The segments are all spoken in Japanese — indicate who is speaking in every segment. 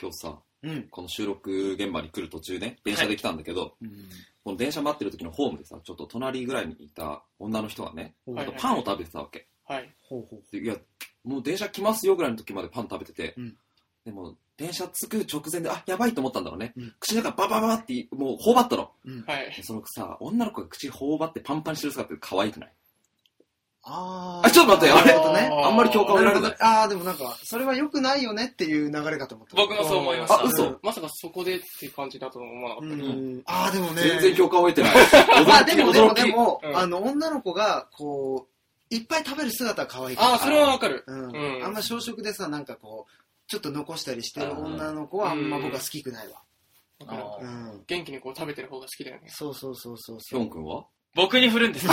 Speaker 1: 今日さ、
Speaker 2: うん。
Speaker 1: この収録現場に来る途中ね、電車で来たんだけど、この電車待ってる時のホームでさ、ちょっと隣ぐらいにいた女の人がね、
Speaker 2: ほう
Speaker 1: なんかパンを食べてたわけ。
Speaker 2: はい。ほうほう。
Speaker 1: でいや、もう電車来ますよぐらいの時までパン食べてて、
Speaker 2: うん
Speaker 1: でも、電車着く直前で、あ、やばいと思ったんだろうね。
Speaker 2: うん
Speaker 1: 口の中ババババって、もう頬張ったの。
Speaker 2: うん。
Speaker 3: はい。
Speaker 1: でそのさ、女の子が口頬張ってパンパンにしてる姿って可愛くない
Speaker 2: あ
Speaker 1: あちょっと待ってあれ
Speaker 2: なるほどね。
Speaker 1: あんまり共感
Speaker 2: あ
Speaker 1: を得
Speaker 2: な
Speaker 1: ら
Speaker 2: る
Speaker 1: れ
Speaker 2: ほ
Speaker 1: ない
Speaker 2: ど。ああ、でもなんか、それは良くないよねっていう流れかと思った。
Speaker 3: 僕もそう思いました。
Speaker 1: あ嘘
Speaker 3: まさかそこでって感じだとは思わなか
Speaker 2: う
Speaker 3: ったけど。
Speaker 2: ん。ああ、でもね。
Speaker 1: 全然共感を得てない。
Speaker 2: ま
Speaker 1: 驚
Speaker 2: あ
Speaker 1: き、
Speaker 2: でもでもで
Speaker 1: 驚き。
Speaker 2: も、
Speaker 3: うん
Speaker 2: あの、女の子が、こう、いっぱい食べる姿は可愛いから
Speaker 3: ああ、それはわかる。
Speaker 2: うん。
Speaker 3: うん
Speaker 2: あんま小食でさ、なんかこう、ちょっと残したりしてる
Speaker 1: あー
Speaker 2: 女の子はあんま僕は好きくないわ。
Speaker 3: わかるわか
Speaker 2: う
Speaker 3: る
Speaker 2: ん。
Speaker 3: 元気にこう食べてる方が好きだよね。
Speaker 2: そうそうそうそう
Speaker 1: ヒ
Speaker 2: そ
Speaker 1: ョ
Speaker 2: う。
Speaker 1: ン君は
Speaker 4: 僕に振るんですね。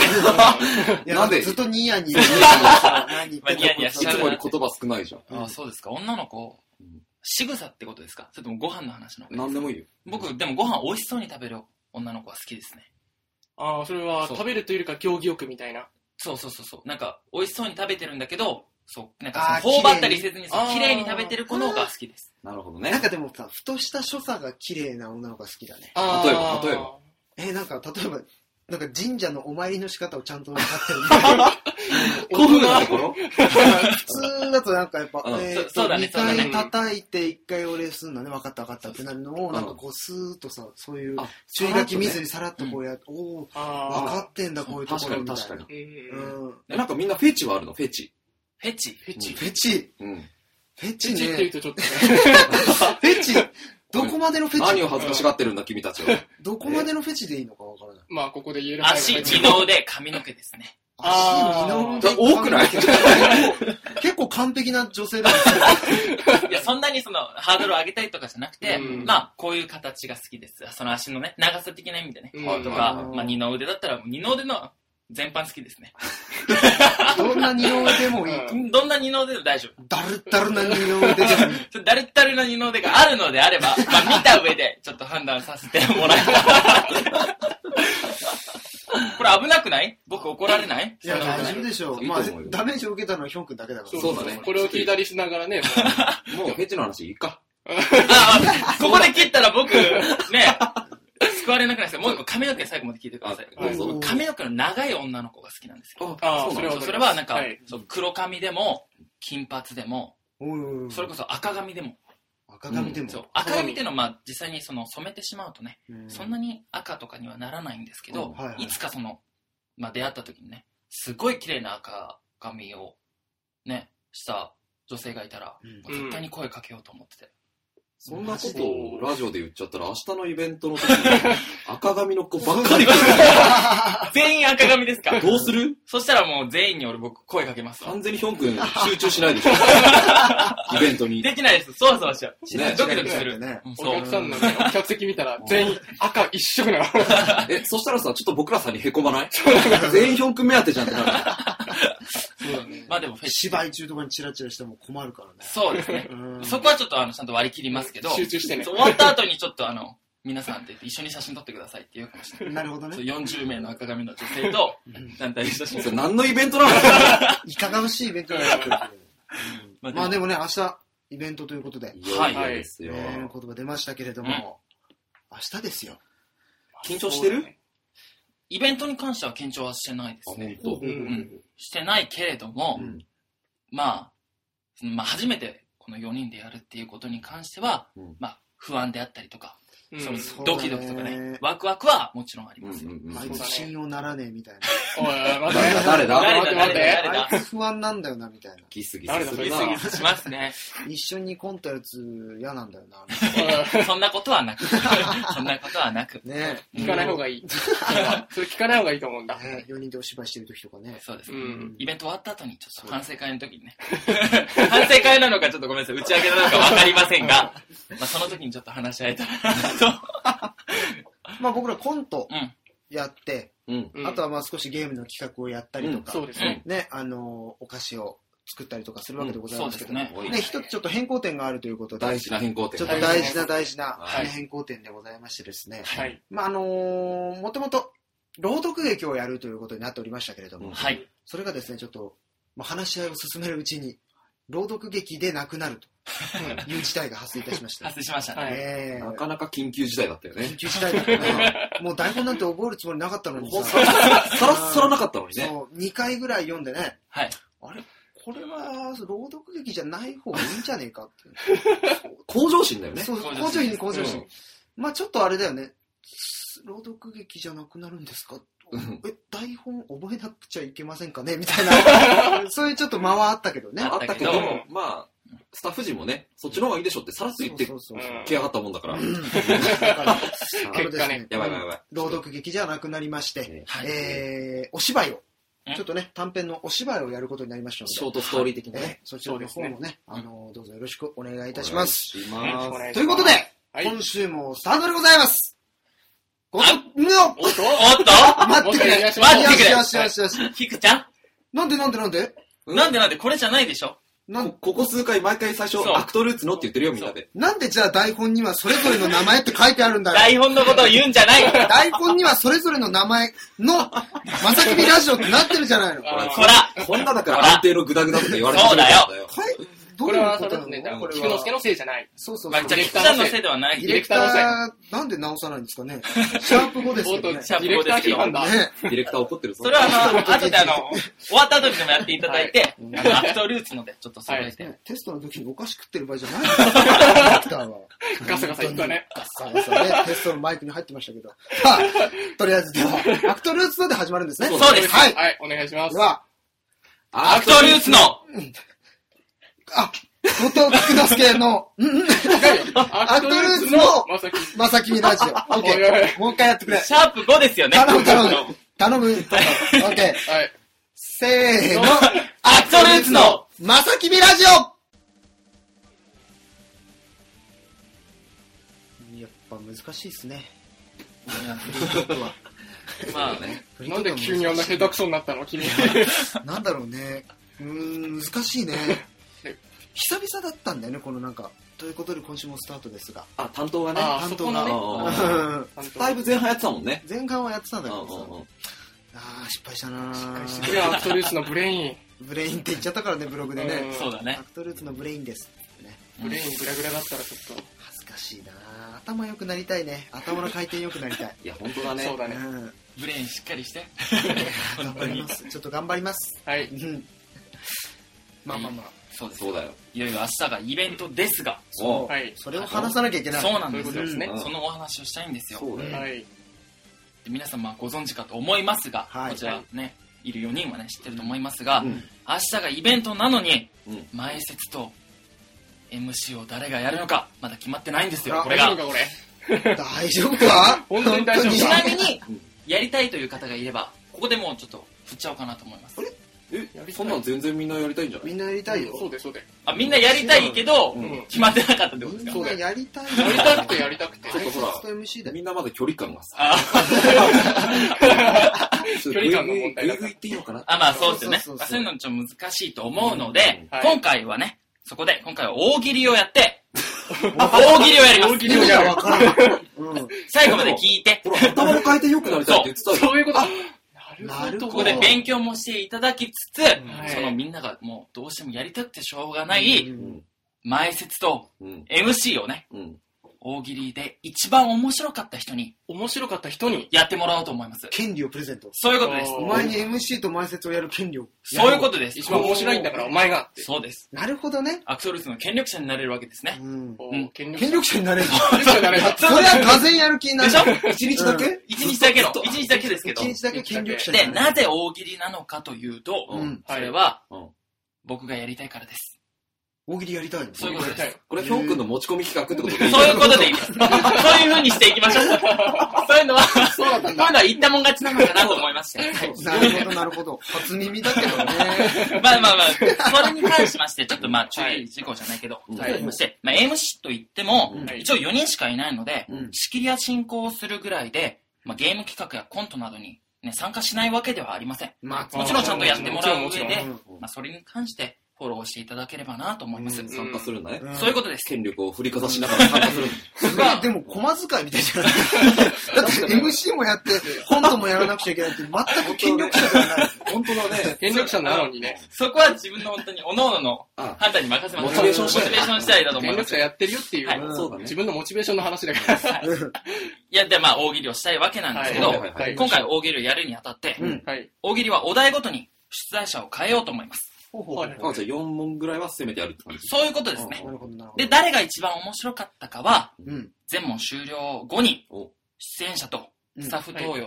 Speaker 2: いや
Speaker 1: なんで
Speaker 2: ずっとニヤニヤしてるからさ何言って
Speaker 4: ニヤニヤ
Speaker 1: い
Speaker 4: し
Speaker 1: つ
Speaker 4: ながら
Speaker 1: もより言葉少ないじゃん。
Speaker 2: うん
Speaker 4: あそうですか。女の子
Speaker 1: うん、
Speaker 4: 仕草ってことですかそれともご飯の話の方が
Speaker 1: 何
Speaker 4: いいです
Speaker 1: で
Speaker 4: か
Speaker 1: もいいよ。
Speaker 4: 僕、でもご飯美味しそうに食べる女の子は好きですね。
Speaker 3: ああ、それは
Speaker 4: そう
Speaker 3: 食べるというよりか行儀よくみたいな。
Speaker 4: そうそうそうそう。なんか、美味しそうに食べてるんだけど、そう、なん
Speaker 2: あ
Speaker 4: か
Speaker 2: ー
Speaker 4: その、頬張ったりせずに、そう
Speaker 3: 綺
Speaker 4: 綺
Speaker 3: 麗
Speaker 4: 麗
Speaker 3: に
Speaker 4: に食べてる子の方が好きです。
Speaker 1: なるほど
Speaker 2: なん
Speaker 1: ね。
Speaker 2: かでもさ、ふとした所作が綺麗な女の子が好きだね。
Speaker 3: ああ
Speaker 1: 例えば例えば
Speaker 2: えーなんか例えば、なんか神社のお参りの仕方をちゃんと分かってるみたいな。
Speaker 1: 古風なところ
Speaker 2: 普通だとなんかやっぱ、
Speaker 1: うん
Speaker 2: えーと
Speaker 4: そそうだね
Speaker 2: 二回
Speaker 4: そうだね
Speaker 2: 叩いて一回お礼するのね、分かった分かったってなるのを、なんかこうスーッとさ、そういう
Speaker 1: あ、
Speaker 2: 注意書き見ずにさらっとこうやって、おおー、分
Speaker 3: あ
Speaker 2: かってんだこういうとこ
Speaker 1: 確かに
Speaker 2: ろみたいな。
Speaker 1: 確かに。
Speaker 3: ーうんうんうん
Speaker 2: うん。
Speaker 1: えなんかみんなフェチはあるのフェチ。
Speaker 4: フェチ。
Speaker 3: フェチ。フ
Speaker 2: フェチ、
Speaker 1: うん。
Speaker 2: フェチ
Speaker 3: ェ
Speaker 2: ね
Speaker 3: チって言う。とちょっとね。
Speaker 2: フェチ、どこまでのフェ
Speaker 1: 何
Speaker 2: チ
Speaker 1: を恥ずかしがってるんだ、君たちは。
Speaker 2: どこまでのフェチでいいのか分からない。
Speaker 3: まあ、ここで言える範囲
Speaker 4: 足、
Speaker 3: が
Speaker 4: 自動で髪の毛ですね。
Speaker 2: 足
Speaker 3: あー
Speaker 2: 二の腕
Speaker 1: だ多くない
Speaker 2: 結構完璧な女性だね。
Speaker 4: いや、そんなにその、ハードルを上げたいとかじゃなくて、
Speaker 3: うん
Speaker 4: まあ、こういう形が好きです。その足のね、長さ的な意味でね。
Speaker 3: うん
Speaker 4: とか
Speaker 2: うん、
Speaker 4: まあ、二の腕だったら、二の腕の全般好きですね。
Speaker 2: どんな二の腕でもいい。
Speaker 3: う
Speaker 4: どんな二の腕でも大丈夫。
Speaker 2: だるだるな二の腕でもいい。
Speaker 4: ちょっとだるだるな二の腕があるのであれ ば、まあ、見た上で、ちょっと判断させても らえたら。これ危なくない僕怒られない
Speaker 2: いや、
Speaker 4: そんなこ
Speaker 2: 大
Speaker 4: とない
Speaker 2: 丈夫でしょう。
Speaker 1: いい
Speaker 2: ま
Speaker 1: と
Speaker 2: あ
Speaker 1: 思うよ、
Speaker 2: ダメージを受けたのはヒョン君だけだから。
Speaker 1: そうだね
Speaker 3: これを聞いたりしながらね、もう
Speaker 1: もうフェチの話いいか。
Speaker 4: ああここで切ったら僕、ね、救われなくないですかもう一個髪の毛最後まで聞いてください。
Speaker 1: どうぞ。
Speaker 4: 髪の毛の長い女の子が好きなんですよ。
Speaker 3: あ
Speaker 1: あ、そう
Speaker 3: ーそ
Speaker 1: なの
Speaker 3: れは
Speaker 4: そうそれはなんか、
Speaker 3: はい
Speaker 4: そう黒髪でも、金髪でも、
Speaker 2: おいおいおい
Speaker 4: それこそ赤髪でも。
Speaker 2: 赤髪でも。
Speaker 4: そう赤髪っていうのは、まあ、実際にその染めてしまうとね、
Speaker 2: うん
Speaker 4: そんなに赤とかにはならないんですけど、
Speaker 1: うん
Speaker 2: はいはい
Speaker 4: いつかその、まあ、出会った時にね、すごい綺麗な赤髪を、ね、した女性がいたら、
Speaker 2: うん
Speaker 3: ん
Speaker 4: 絶対に声かけようと思ってて。
Speaker 1: そんなことをラジオで言っちゃったら、明日のイベントの時に赤髪の子ばっか り来
Speaker 4: 全員赤髪ですか
Speaker 1: る。どうする
Speaker 4: そしたらもう全員に俺僕声かけますわ
Speaker 1: 完全にヒョン君集中しないでしょ。イベントに。
Speaker 4: できないです。そわそわしちゃう。
Speaker 1: ね
Speaker 4: ドキドキする。
Speaker 2: ね
Speaker 4: うん
Speaker 3: お
Speaker 4: そう
Speaker 3: 客さんのね客席見たら全員赤一色なの。
Speaker 1: え、そしたらさ、ちょっと僕らさんに凹まない全員ヒョン君目当てじゃんってなる。
Speaker 3: そうだね。
Speaker 4: まあでもフェチ。
Speaker 2: 芝居中とかにチラチラしても困るからね。
Speaker 4: そうですね。
Speaker 2: うん
Speaker 4: そこはちょっとあの、ちゃんと割り切りますけど、
Speaker 3: 集中してね
Speaker 4: そう。終わった後にちょっとあの、皆さんって言って一緒に写真撮ってくださいって言うかもしれない。
Speaker 2: なるほど
Speaker 4: そう
Speaker 2: ね。
Speaker 4: 40名の赤髪の女性と
Speaker 2: ん、
Speaker 4: 団体で写真
Speaker 1: それ何のイベントなの
Speaker 2: いかがわしいイベントだよこれ
Speaker 4: ま
Speaker 2: う
Speaker 4: あ
Speaker 2: んまあでもね、明日、イベントということで、
Speaker 4: はい
Speaker 1: いいです
Speaker 2: え
Speaker 1: よ。
Speaker 2: ー言葉出ましたけれども、明日ですよ。
Speaker 1: 緊張してる
Speaker 4: イベントに関しては緊張はしてないですね。
Speaker 1: ほん
Speaker 3: う
Speaker 1: と
Speaker 3: ん。
Speaker 4: してないけれども、
Speaker 1: うん
Speaker 4: まあ、そのまあ初めてこの4人でやるっていうことに関しては、
Speaker 1: うん
Speaker 4: まあ、不安であったりとか、
Speaker 3: うん
Speaker 4: そ
Speaker 2: そうだね
Speaker 4: のドキドキとかね、ワクワクはもちろんあり
Speaker 1: うんう
Speaker 4: ますよ。
Speaker 1: んうん
Speaker 2: あ
Speaker 3: はい
Speaker 2: つ信用ならねえみたいな。
Speaker 3: おいおい、待って
Speaker 1: 誰だ誰だ
Speaker 3: 待
Speaker 4: 誰
Speaker 3: って
Speaker 4: だ
Speaker 3: 待っ
Speaker 4: 誰
Speaker 3: て
Speaker 4: だ誰だ
Speaker 2: あいつ不安なんだよな、みたいな。
Speaker 1: ギスギ
Speaker 3: 誰
Speaker 1: ス
Speaker 3: だ
Speaker 1: するな
Speaker 3: ギスギ
Speaker 4: しますね。
Speaker 2: 一緒にコントやつ嫌なんだよな、み
Speaker 4: そんなことはなく。そんなことはなく。
Speaker 2: たいな。ね
Speaker 3: おい聞かない方がいい。それ聞かない方がいいと思うんだ。
Speaker 2: ね4人でお芝居してる時とかね。
Speaker 4: そうです、
Speaker 3: うん
Speaker 4: イベント終わった後に、ちょっと反省会の時にね。 反省会なのか、ちょっとごめんなさい。打ち上げなのかわか りませんが、まあその時にちょっと話し合えたらなと。
Speaker 2: まあ僕らコント
Speaker 4: うん
Speaker 2: やって、
Speaker 1: うん。
Speaker 3: うん
Speaker 2: あとはまあ少しゲームの企画をやったりとか、
Speaker 3: そうですね。
Speaker 2: ね、あのーお菓子を作ったりとかするわけでござい
Speaker 4: そう
Speaker 2: ま
Speaker 4: です
Speaker 2: け
Speaker 4: す
Speaker 2: ども、
Speaker 4: ね。
Speaker 1: おい
Speaker 2: ね、一つちょっと変更点があるということで、
Speaker 1: 大事な変更点。
Speaker 2: ちょっと大事な
Speaker 3: はい
Speaker 2: 大事な
Speaker 1: はい
Speaker 2: 変更点でございましてですね、
Speaker 3: はい。
Speaker 2: まああのーもともと朗読劇をやるということになっておりましたけれども、
Speaker 1: うん
Speaker 4: はい。
Speaker 2: それがですね、ちょっと、まあ、話し合いを進めるうちに、朗読劇でなくなるという事態が発生いたしました。
Speaker 4: 発生しましたね。
Speaker 3: はい
Speaker 2: ええ
Speaker 1: なかなか緊急事態だったよ
Speaker 2: 緊
Speaker 1: ね。
Speaker 2: 急事態だったね。もう台本なんて覚えるつもりなかったのに
Speaker 1: ほんとさ、
Speaker 2: さ
Speaker 1: らさらっさらなかったのにね。
Speaker 2: そう、2回ぐらい読んでね、
Speaker 4: はい。
Speaker 2: あれこれは朗読劇じゃない方がいいんじゃねえかって。
Speaker 1: 向上心だよね。
Speaker 2: そう、
Speaker 4: 向
Speaker 2: 向
Speaker 4: 上
Speaker 2: 上
Speaker 4: 心
Speaker 2: 心
Speaker 4: です
Speaker 2: に向上
Speaker 1: う
Speaker 2: 心。まあちょっとあれだよね。朗読劇じゃなくなるんですか
Speaker 1: うん
Speaker 2: え、台本覚えなくちゃいけませんかねみたいな。そういうちょっと間はあったけどね。
Speaker 1: あったけど
Speaker 3: あったけ、
Speaker 1: まあ、スタッフ陣もね、そっちの方がいいでしょってさらっと言って
Speaker 2: そうそうそう
Speaker 3: うん
Speaker 1: 来やがったもんだから。
Speaker 2: うんだからあのですね
Speaker 1: やばいやばいやばい。
Speaker 2: 朗読劇じゃなくなりまして、
Speaker 4: はい。
Speaker 2: えー、お芝居を
Speaker 4: うん、
Speaker 2: ちょっとね、短編のお芝居をやることになりましたので、
Speaker 1: ショートストーリー的なね。
Speaker 2: ね、そちらの方もね、
Speaker 4: うですね
Speaker 2: あの、どうぞよろしくお願いいたします。
Speaker 1: お願いし
Speaker 3: お願いし
Speaker 1: ま。
Speaker 3: ますす
Speaker 2: ということで、
Speaker 3: はい
Speaker 2: 今週もスタートでございますごと、う
Speaker 4: おっとお
Speaker 2: お待ってく
Speaker 3: お願い
Speaker 2: れ
Speaker 3: します
Speaker 4: 待ってくれ
Speaker 2: よしよしよしよし。
Speaker 4: っとキクちゃ
Speaker 2: なんでなんでなんで
Speaker 4: んなんでなんでこれじゃないでしょ
Speaker 2: なん
Speaker 1: こここ数回毎回最初
Speaker 4: そう、
Speaker 1: アクトルーツのって言ってるよ、みんなで。
Speaker 2: なんでじゃあ台本にはそれぞれの名前って書いてあるんだよ。
Speaker 4: 台本のことを言うんじゃ ないほ
Speaker 2: 台本にはそれぞれの名前の、まさきびラジオってなってるじゃないの。
Speaker 3: あー
Speaker 4: ら
Speaker 1: こんなだから安定のグダグダって言われて
Speaker 4: そうだよ
Speaker 1: んだよ。
Speaker 2: はい、どう
Speaker 3: こ
Speaker 2: い
Speaker 3: れ
Speaker 2: う
Speaker 3: は、
Speaker 2: こ
Speaker 3: そう
Speaker 2: と
Speaker 3: で
Speaker 2: な
Speaker 3: す
Speaker 2: の
Speaker 3: ね。
Speaker 2: これ
Speaker 3: 菊之
Speaker 2: は
Speaker 3: 助。のせいじゃない。
Speaker 2: そうそう
Speaker 4: ま
Speaker 2: そ
Speaker 4: あ、
Speaker 2: う。
Speaker 4: じゃあ、
Speaker 2: デ
Speaker 4: キクちゃんのせいではない。
Speaker 2: ィ
Speaker 3: ディ
Speaker 2: レ
Speaker 3: レ
Speaker 2: ク
Speaker 3: ク
Speaker 2: ター
Speaker 3: ター、
Speaker 2: なんで直さないんですかね。シャープ5です
Speaker 3: 冒
Speaker 2: けど
Speaker 3: 頭、デ
Speaker 2: ね。
Speaker 3: ィレクター批判だ。
Speaker 1: ディレクター怒ってるぞ。
Speaker 4: それは、 あの、後であの、終わった後にでもやっていただいて、
Speaker 2: はい
Speaker 4: あの、アクトルーツので、ちょっと揃えて。
Speaker 2: ねテストの時にお菓子食ってる場合じゃないんだよディレクターは。
Speaker 3: ガサガサ言ったね。
Speaker 2: ガッサガサね。テストのマイクに入ってましたけど。さあ、とりあえずで は、アクトルーツで始まるんですね。
Speaker 4: そうそうです
Speaker 2: はい。
Speaker 3: はい、お願いします
Speaker 2: で。は、
Speaker 1: ア
Speaker 4: アクトルーツの
Speaker 2: あ、後藤菊之助の、うんうん、
Speaker 3: ア
Speaker 2: クトルーツの
Speaker 3: まさき。
Speaker 2: まさきみ ラジオ。オッケ
Speaker 3: おいおい
Speaker 2: ー。もう一回やってく れ。
Speaker 4: シャープ5ですよね。
Speaker 2: 頼む頼む。頼む。オッケー。
Speaker 3: はい。
Speaker 2: せーの。
Speaker 4: アクトルーツの
Speaker 2: まさきみラジオやっぱ難しいですね。
Speaker 4: まあね。
Speaker 3: なんで急にあんな下手くそになったの君。
Speaker 2: なんだろうね。うーん、難しいね。久々だったんだよね、このなんか。ということで今週もスタートですが。
Speaker 1: あ、担当がね。
Speaker 3: あ
Speaker 2: 担当が
Speaker 3: そ
Speaker 1: このね
Speaker 2: うん
Speaker 1: だいぶ前半やってたもんね。
Speaker 2: 前半はやってたん
Speaker 1: う
Speaker 2: だ
Speaker 1: ん
Speaker 2: け
Speaker 1: うん
Speaker 2: どさ。
Speaker 1: うん
Speaker 2: ああ、失敗したな
Speaker 3: これはアクトルーツのブレイン。
Speaker 2: ブレインって言っちゃったからね、ブログでね。
Speaker 4: そうだ
Speaker 2: ア
Speaker 4: ね。
Speaker 2: クトルーツのブレインです。
Speaker 3: ブレイングラグラだったらちょっ
Speaker 2: 恥ずかしいな頭良くなりたいね。頭の回転良くなりた い。
Speaker 1: いや、本当だ
Speaker 3: と。
Speaker 1: ね。
Speaker 3: そうだね。
Speaker 2: うん
Speaker 4: ブレインしっかりして。
Speaker 2: 頑張ります。ちょっと頑張ります。
Speaker 3: はい。
Speaker 2: うんまあまあまあ。
Speaker 4: そうです。
Speaker 1: そうだよ。
Speaker 4: いよいよ明日がイベントですが、
Speaker 1: おう
Speaker 3: はい。
Speaker 2: それを話さなきゃいけない。
Speaker 4: そうなんですよ
Speaker 3: そういうことです
Speaker 1: ね
Speaker 4: そのお話をしたいんですよ。
Speaker 1: そうだよ。
Speaker 3: はい。
Speaker 4: で皆さんまあご存知かと思いますが、
Speaker 2: はい
Speaker 4: こちらね、いる4人はね、知ってると思いますが、
Speaker 1: うん
Speaker 4: 明日がイベントなのに、
Speaker 1: うん
Speaker 4: 前説と MC を誰がやるのか、まだ決まってないんですよ、
Speaker 2: あ
Speaker 4: これ
Speaker 3: 大丈
Speaker 4: が
Speaker 3: 夫。か、これ。
Speaker 2: 大丈夫 か
Speaker 3: 本当に大丈夫
Speaker 4: ち
Speaker 3: か
Speaker 4: なみに
Speaker 1: うん、
Speaker 4: やりたいという方がいれば、ここでもうちょっと振っちゃおうかなと思います。
Speaker 3: やりた
Speaker 1: え、
Speaker 3: い
Speaker 1: そんなの全然みんなやりたいんじゃな
Speaker 2: み
Speaker 1: い
Speaker 2: んなやりたいよ。
Speaker 3: そうです、そうです。
Speaker 4: あ、みんなやりたいけど、
Speaker 1: うん
Speaker 3: うん
Speaker 4: 決まってなかったってことです
Speaker 2: み
Speaker 4: か
Speaker 2: んなやりたいよ。
Speaker 3: やりたくてやり たくて。
Speaker 1: ちょっとほら
Speaker 2: 大切な MC だよ。
Speaker 1: みんなまだ距離感がさ、
Speaker 4: あ
Speaker 1: 距
Speaker 3: 離感の
Speaker 1: ぐいぐい
Speaker 3: 問題だ
Speaker 1: ぐいぐいっていいのかな
Speaker 4: あ、まあそうですよね。
Speaker 2: そうそうそうそう
Speaker 4: まあそういうのちょっと難しいと思うので、
Speaker 3: うんはい
Speaker 4: 今回はね、そこで、今回は大喜利をやって、大喜利をやります。
Speaker 3: 大喜
Speaker 2: 意
Speaker 3: 利を
Speaker 2: 味
Speaker 3: や
Speaker 2: が
Speaker 3: る
Speaker 2: わからん。うん。
Speaker 4: 最後まで聞いて、
Speaker 1: ほら、頭の回転良くなりたいって言ってたじゃん
Speaker 3: そういうこと。な
Speaker 2: な
Speaker 3: る
Speaker 2: るほど
Speaker 3: ほど。
Speaker 4: ここで勉強もしていただきつつ、
Speaker 3: はい
Speaker 4: そのみんながもうどうしてもやりたくてしょうがない
Speaker 1: うん。
Speaker 4: 前説と
Speaker 1: うん。
Speaker 4: MC をね、
Speaker 1: うん。
Speaker 4: 大喜利で一番面白かった人に
Speaker 3: 面白かった人に。
Speaker 4: やってもらおうと思います。
Speaker 2: 権利をプレゼント。
Speaker 4: そういうことです。
Speaker 2: お
Speaker 3: お
Speaker 2: 前に MC と前説をやる権利を。
Speaker 4: そういうことです。
Speaker 3: 一番面白いんだから、お前が。
Speaker 4: そうです。
Speaker 2: なるほどね。
Speaker 4: アクトルーツの権力者になれるわけですね。
Speaker 2: うん。
Speaker 3: お
Speaker 4: うん
Speaker 3: 権
Speaker 2: 権
Speaker 3: 力
Speaker 2: 力者になれる。
Speaker 3: 者になれ ば。
Speaker 2: それはがぜんやる気にな
Speaker 4: で
Speaker 2: る
Speaker 4: し。ょ
Speaker 1: 一日だけ
Speaker 4: 一日だけの、一日だけですけど
Speaker 2: 一。日だけ権力者に
Speaker 4: で、
Speaker 2: なる。
Speaker 4: なぜ大喜利なのかというと、
Speaker 2: うん。
Speaker 4: それは
Speaker 1: うん、
Speaker 4: 僕がやりたいからです。
Speaker 2: 大喜利やりたいの
Speaker 4: そういうことです。
Speaker 1: これ、ヒョン君の持ち込み企画ってことでいい
Speaker 4: そういうことでいいです。そういう風にしていきましょう。そういうのは、そういうのは言ったもん勝ちなのかなと思いまして。はい
Speaker 2: なるほど、なるほど。初耳だけどね。
Speaker 4: まあまあまあ、それに関しまして、ちょっとまあ注意事項じゃないけど、
Speaker 1: はい
Speaker 4: はいありまして、まあ MC と言っても、
Speaker 1: うん
Speaker 3: はい
Speaker 4: 一応4人しかいないので、
Speaker 1: うん
Speaker 4: 仕切りや進行をするぐらいで、まあゲーム企画やコントなどに、ね、参加しないわけではありません。
Speaker 2: まあ、
Speaker 4: もちろんちゃんとやってもらう上
Speaker 3: もち
Speaker 4: で
Speaker 3: ろんもち、
Speaker 2: ろん
Speaker 4: まあそれに関して、フォローしていただければなと思います。
Speaker 2: うん
Speaker 4: そう
Speaker 1: 参加するんだね。
Speaker 2: ん
Speaker 4: そういうことです。
Speaker 1: 権力を振りかざしながら参加するんだ。
Speaker 2: すごいでも、駒遣いみたいじゃないだって MC もやって、コントもやらなくちゃいけないって、全く権力者ではない。
Speaker 1: 本当だね。
Speaker 3: 権力者なのにね。
Speaker 4: そこは自分の本当に、各々の
Speaker 1: あ、
Speaker 4: 判断に任せます。
Speaker 1: モチベーション
Speaker 4: モ
Speaker 1: 次
Speaker 4: チ
Speaker 1: 第
Speaker 4: ベーション次第だと思
Speaker 3: 権
Speaker 4: いま
Speaker 3: 力
Speaker 4: す
Speaker 3: 者。やってるよっていう、
Speaker 4: はい
Speaker 2: うん
Speaker 1: そうだね
Speaker 3: 自。分のモチベーションの話だから。
Speaker 4: いや、で、まあ、大喜利をしたいわけなんですけど、
Speaker 1: はいはいはい
Speaker 4: 今回大喜利をやるにあたって、
Speaker 2: うん
Speaker 3: はい。
Speaker 4: 大喜利はお題ごとに出題者を変えようと思います。
Speaker 2: ほうほうほう
Speaker 3: はい
Speaker 1: あ、じゃあ4問ぐらいは攻めてやるって感じ。
Speaker 4: そういうことですね。
Speaker 2: なるほど、なるほど
Speaker 4: で、。誰が一番面白かったかは、
Speaker 2: うん。
Speaker 4: 全問終了後に
Speaker 1: お、
Speaker 4: 出演者とスタッフ投票で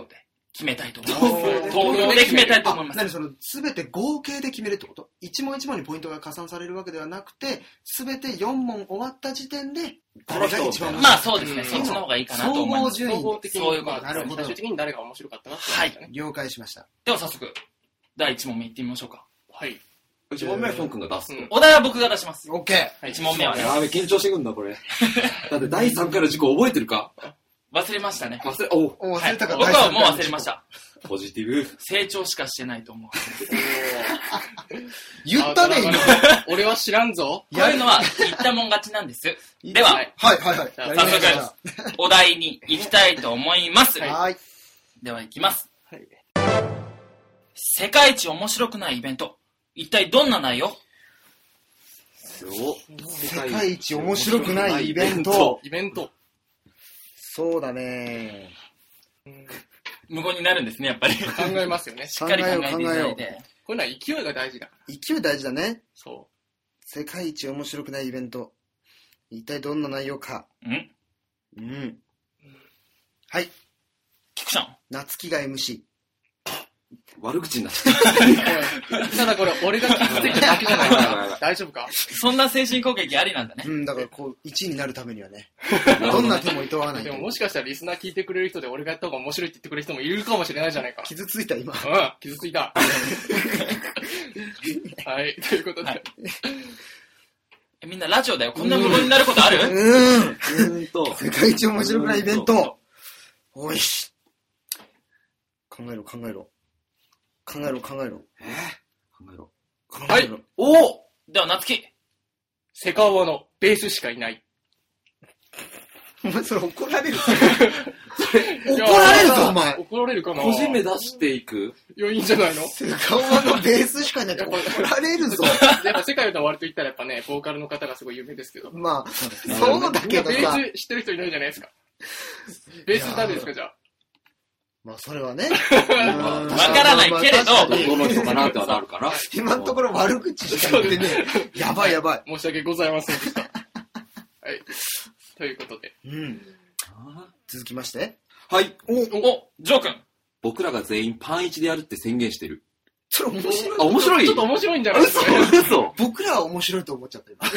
Speaker 4: 決めたいと思い
Speaker 2: うん
Speaker 4: ます。
Speaker 2: はい
Speaker 4: 投票で決めたいと思いま
Speaker 2: あ何
Speaker 4: す。
Speaker 2: その、すべて合計で決めるってこと一問一問にポイントが加算されるわけではなくて、すべて4問終わった時点で、誰が一番面白い
Speaker 4: まあそうですね、
Speaker 3: うん
Speaker 4: そっちの方がいいかなと
Speaker 2: 総
Speaker 4: 思いま
Speaker 2: 合
Speaker 4: す。
Speaker 2: 順
Speaker 3: 総合
Speaker 2: 位。
Speaker 3: 的に、
Speaker 4: そういうこと
Speaker 3: まあ
Speaker 2: なるほど
Speaker 3: 最終的に誰が面白かったかっていう話だね。
Speaker 2: 了解しました。
Speaker 4: では早速、第1問目いってみましょうか。
Speaker 3: はい。
Speaker 1: 1問目はヒョン君が出す
Speaker 3: うん
Speaker 4: お題は僕が出します。
Speaker 2: オッケー。
Speaker 3: はい
Speaker 4: 1問目はね、
Speaker 1: やべ、緊張してくんだ、こ れ。だって第3回の事故覚えてるか
Speaker 4: 忘れましたね。
Speaker 1: 忘れ、お
Speaker 2: お忘れたか、
Speaker 4: はい僕はもう忘れました。
Speaker 1: ポジティブ。
Speaker 4: 成長しかしてないと思う。こ
Speaker 2: 言ったね、
Speaker 3: あ
Speaker 2: 今。
Speaker 3: 俺は知らんぞ。
Speaker 4: ういうのは言ったもん勝ちなんです。では、
Speaker 3: はい
Speaker 2: はいはいはい。
Speaker 3: じゃあ
Speaker 2: やりました
Speaker 4: 早速お題に行きたいと思います。
Speaker 2: はい。
Speaker 4: では行きます。
Speaker 3: はい
Speaker 4: 世界一面白くないイベント。一体どんな内容
Speaker 1: 世
Speaker 2: 世界一面白くないイベント。。
Speaker 3: イベント。
Speaker 2: そうだね。
Speaker 3: うん
Speaker 4: 無言になるんですね、やっ ぱり。し
Speaker 3: 考えますよね。
Speaker 2: 考
Speaker 4: っ
Speaker 2: え
Speaker 4: かり考
Speaker 2: よう
Speaker 4: え
Speaker 2: 考
Speaker 4: ていた
Speaker 2: え
Speaker 4: だ
Speaker 2: よ。
Speaker 4: いうて。
Speaker 3: こういうのは勢いが大事だから。
Speaker 2: 勢い大事だね。
Speaker 3: そ
Speaker 2: 世界一面白くないイベント。一体どんな内容か。
Speaker 4: うん
Speaker 2: うん。はい。
Speaker 4: 菊ちゃん。
Speaker 2: 夏木が MC。
Speaker 1: 悪口になっちゃっ
Speaker 3: う。ただこれ、俺が傷ついただけじゃな いから。大丈夫か
Speaker 4: そんな精神攻撃ありなんだね
Speaker 2: う。ん、だからこう、1位になるためには ね。
Speaker 1: た。
Speaker 2: どんな手も厭わない
Speaker 3: で
Speaker 2: と
Speaker 3: も。もしかしたらリスナー聞いてくれる人で俺がやった方が面白いって言ってくれる人もいるかもしれないじゃないか。
Speaker 2: 傷ついた今。
Speaker 3: うん、傷ついた。はい、ということで。
Speaker 4: はいえみんなラジオだよ。こんな無言になることあ
Speaker 2: う
Speaker 4: る
Speaker 2: ん。
Speaker 1: イベント。
Speaker 2: 世界一面白くないイベント。おい。考えろ、考えろ。考えろ、考えろ。
Speaker 1: えー考えろ。
Speaker 2: 考
Speaker 3: は
Speaker 2: え
Speaker 3: い
Speaker 2: ろ。
Speaker 1: おお
Speaker 4: では、夏希。
Speaker 3: セカオワのベースしかいない。
Speaker 2: お前それ怒られ るぞ。怒
Speaker 3: いや
Speaker 2: られるぞ、お前。
Speaker 3: 怒られるかな
Speaker 1: 個人名出していく
Speaker 3: いや、いいんじ ゃないの
Speaker 2: 顔のベースしかいないって怒られるぞ。
Speaker 3: やっぱ世界の終わりと言ったらやっぱね、ボーカルの方がすごい有名ですけど。
Speaker 2: まあ、そうだ
Speaker 3: みん
Speaker 2: け
Speaker 3: な
Speaker 2: ど
Speaker 3: ベ
Speaker 2: さ。
Speaker 3: ース知ってる人いないじゃないですか。ベース誰ですか、じゃあ。
Speaker 2: まあ、それはね。
Speaker 1: まあ
Speaker 2: うん
Speaker 1: わ
Speaker 4: からないけれど
Speaker 2: まあまあ確か
Speaker 1: ど
Speaker 2: に
Speaker 1: の人かなってはなるから。
Speaker 2: 今のところ悪口しか言ってねえ。やばいやばい。
Speaker 3: 申し訳ございませんで した。はい。ということで。
Speaker 2: うん。
Speaker 1: あ
Speaker 2: 続きまして。
Speaker 1: ーはい。
Speaker 4: お、ジョー君。
Speaker 1: 僕らが全員パン一でやるって宣言してる。
Speaker 2: それ面白い。
Speaker 1: あ、面白い
Speaker 3: ちょっと面白いんじゃないですか、ね。
Speaker 1: 嘘嘘
Speaker 2: 僕らは面白いと思っちゃった今。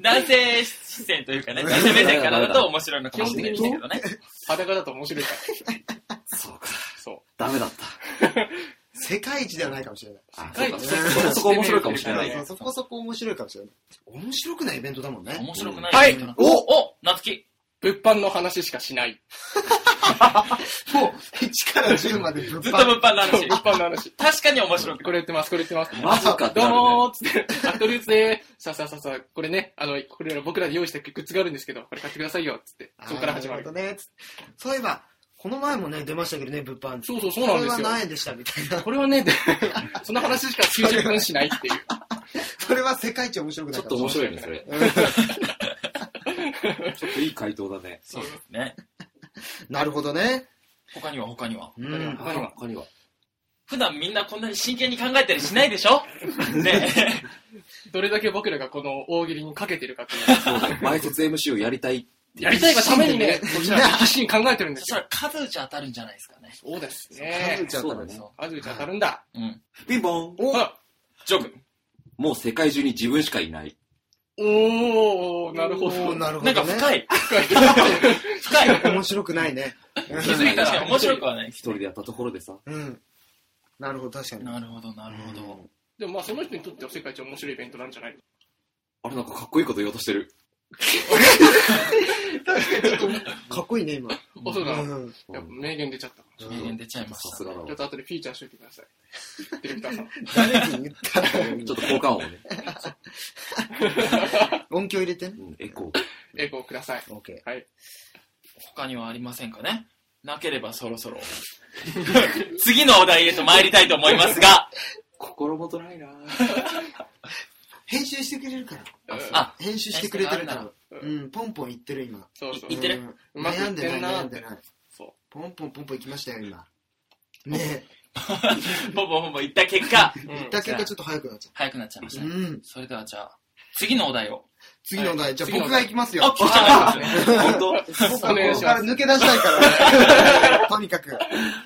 Speaker 4: 男性視線というかね、男性目線からだと面白いのかもしれないですけどね。
Speaker 3: 裸だと面白いから。
Speaker 1: そうか。
Speaker 3: そ
Speaker 1: ダメだっ
Speaker 2: 世界一ではないかもしれない。
Speaker 1: た。あ、そ
Speaker 3: 世
Speaker 1: う
Speaker 3: 界
Speaker 1: か。
Speaker 3: 一
Speaker 1: そこそこ面白いかもしれない。
Speaker 3: ね
Speaker 2: そこそこ面白いかもしれない。面白くないイベントだもんね。
Speaker 4: 面白くないですけど。
Speaker 2: はい
Speaker 4: お、お、夏希。
Speaker 3: う。物販の話しかしない。
Speaker 2: もう、1から10までぶっ
Speaker 4: ずっと物
Speaker 2: ぱ
Speaker 4: 販の
Speaker 3: そう
Speaker 4: 話
Speaker 3: 物。販の話。
Speaker 4: 確かに面白く
Speaker 3: これ売ってます、これ売ってます。
Speaker 1: マジかって
Speaker 3: どう
Speaker 1: なるね
Speaker 3: もーっつって、アットルーツでーさあさあさあさあ、これね、あの、これら僕らで用意したグッズがあるんですけど、これ買ってくださいよ、っつって、そこから始まる。
Speaker 2: ね。そういえば、この前もね、出ましたけどね、物販。
Speaker 3: そうそう、そうなんで
Speaker 2: こ
Speaker 3: す
Speaker 2: れ
Speaker 3: よ
Speaker 2: は。何円でしたみたいな。
Speaker 3: これ はね、でその話しか90分しないっていう。
Speaker 2: それは世界一面白くな
Speaker 1: ち
Speaker 2: い
Speaker 1: ょっと面白いね、それ。 ちょっといい回答だね。
Speaker 4: そうですね。
Speaker 2: なるほどね。
Speaker 4: 他には他には。
Speaker 2: う
Speaker 3: 他に
Speaker 2: ん
Speaker 3: は。
Speaker 1: 他には、他には。
Speaker 4: 普段みんなこんなに真剣に考えたりしないでしょ ねえ
Speaker 3: どれだけ僕らがこの大喜利にかけてるかっていうのを。
Speaker 1: そうだよ。前説 MC をやりたい。
Speaker 3: やりたいがためにね、 こちら必死に考えてるんで
Speaker 4: そし
Speaker 3: す
Speaker 4: た
Speaker 3: よ。
Speaker 4: ら数打ち当たるんじゃないですかね。
Speaker 3: そうです
Speaker 2: 数
Speaker 3: ね
Speaker 2: 打。ち当たる
Speaker 1: そうだ
Speaker 2: ね
Speaker 1: ね。
Speaker 3: あずみちゃん当たるんだ。
Speaker 4: うん。
Speaker 1: ピンポン。
Speaker 2: お
Speaker 3: あ
Speaker 4: ジョー君。
Speaker 1: もう世界中に自分しかいない。
Speaker 3: おー、なるほ
Speaker 2: おー
Speaker 3: ど。
Speaker 2: なるほ
Speaker 4: な
Speaker 2: ど
Speaker 4: んか
Speaker 2: ね。
Speaker 4: 深い。深 い。
Speaker 2: 面白くないね。
Speaker 4: 気づいたら面白くはない
Speaker 1: 一。人でやったところでさ。
Speaker 2: うん。なるほど、確かに。
Speaker 4: なるほど、なるほど。
Speaker 3: でもまあその人にとっては世界一面白いイベントなんじゃない
Speaker 1: あれなんかかっこいいこと言おうとしてる。
Speaker 2: かっこいいね、今。
Speaker 4: う
Speaker 3: あ、そうなの。
Speaker 2: うん
Speaker 3: やっぱ名言出ちゃっ
Speaker 2: う
Speaker 3: た。
Speaker 2: ん
Speaker 4: 名言出ちゃいました
Speaker 1: さすがだわ
Speaker 3: ちょっと後でフィーチャーしといてください。ディレクターさん。
Speaker 2: 誰に言ったの
Speaker 1: ちょっと効果音をね、
Speaker 2: 音響入れてね。
Speaker 1: うんエコー
Speaker 3: エコーください。
Speaker 2: OK。
Speaker 3: はい。
Speaker 4: 他にはありませんかねなければそろそろ 次のお題へと参りたいと思いますが
Speaker 1: 心もとない な
Speaker 2: 編集してくれるから。
Speaker 3: うん
Speaker 4: あ
Speaker 2: 編集してくれてるから。
Speaker 3: う
Speaker 2: うんん、ポンポンいってる今。
Speaker 3: そうそう
Speaker 4: い。って
Speaker 2: う
Speaker 4: る
Speaker 2: ん
Speaker 3: うまく
Speaker 2: 悩
Speaker 3: い
Speaker 2: ん
Speaker 3: っ
Speaker 2: でな
Speaker 3: て
Speaker 2: い、
Speaker 3: んな
Speaker 2: 悩
Speaker 3: ー
Speaker 2: ん
Speaker 3: っ
Speaker 2: で
Speaker 3: て。
Speaker 2: ない。
Speaker 3: そう。
Speaker 2: ポンポンポンポンいきましたよ、今。ね
Speaker 4: ポンポンポンポンいった結果
Speaker 3: う
Speaker 2: え。行
Speaker 3: ん
Speaker 2: った結果ちょっと早くなっちゃっ。
Speaker 4: 早くなっちゃいましたた
Speaker 2: う
Speaker 4: ね、
Speaker 2: ん。
Speaker 4: それではじゃあ次のお題を
Speaker 2: 次のお題、じゃあ
Speaker 3: 次の
Speaker 2: 僕
Speaker 3: お題
Speaker 2: が行きますよ。
Speaker 4: あ
Speaker 2: 僕
Speaker 4: 来ちゃいました
Speaker 1: 本
Speaker 4: ね
Speaker 2: は
Speaker 3: お願い
Speaker 2: ここ
Speaker 3: し
Speaker 2: か
Speaker 3: ま
Speaker 2: ら
Speaker 3: す。
Speaker 2: 抜け出したいから ね。とにかく。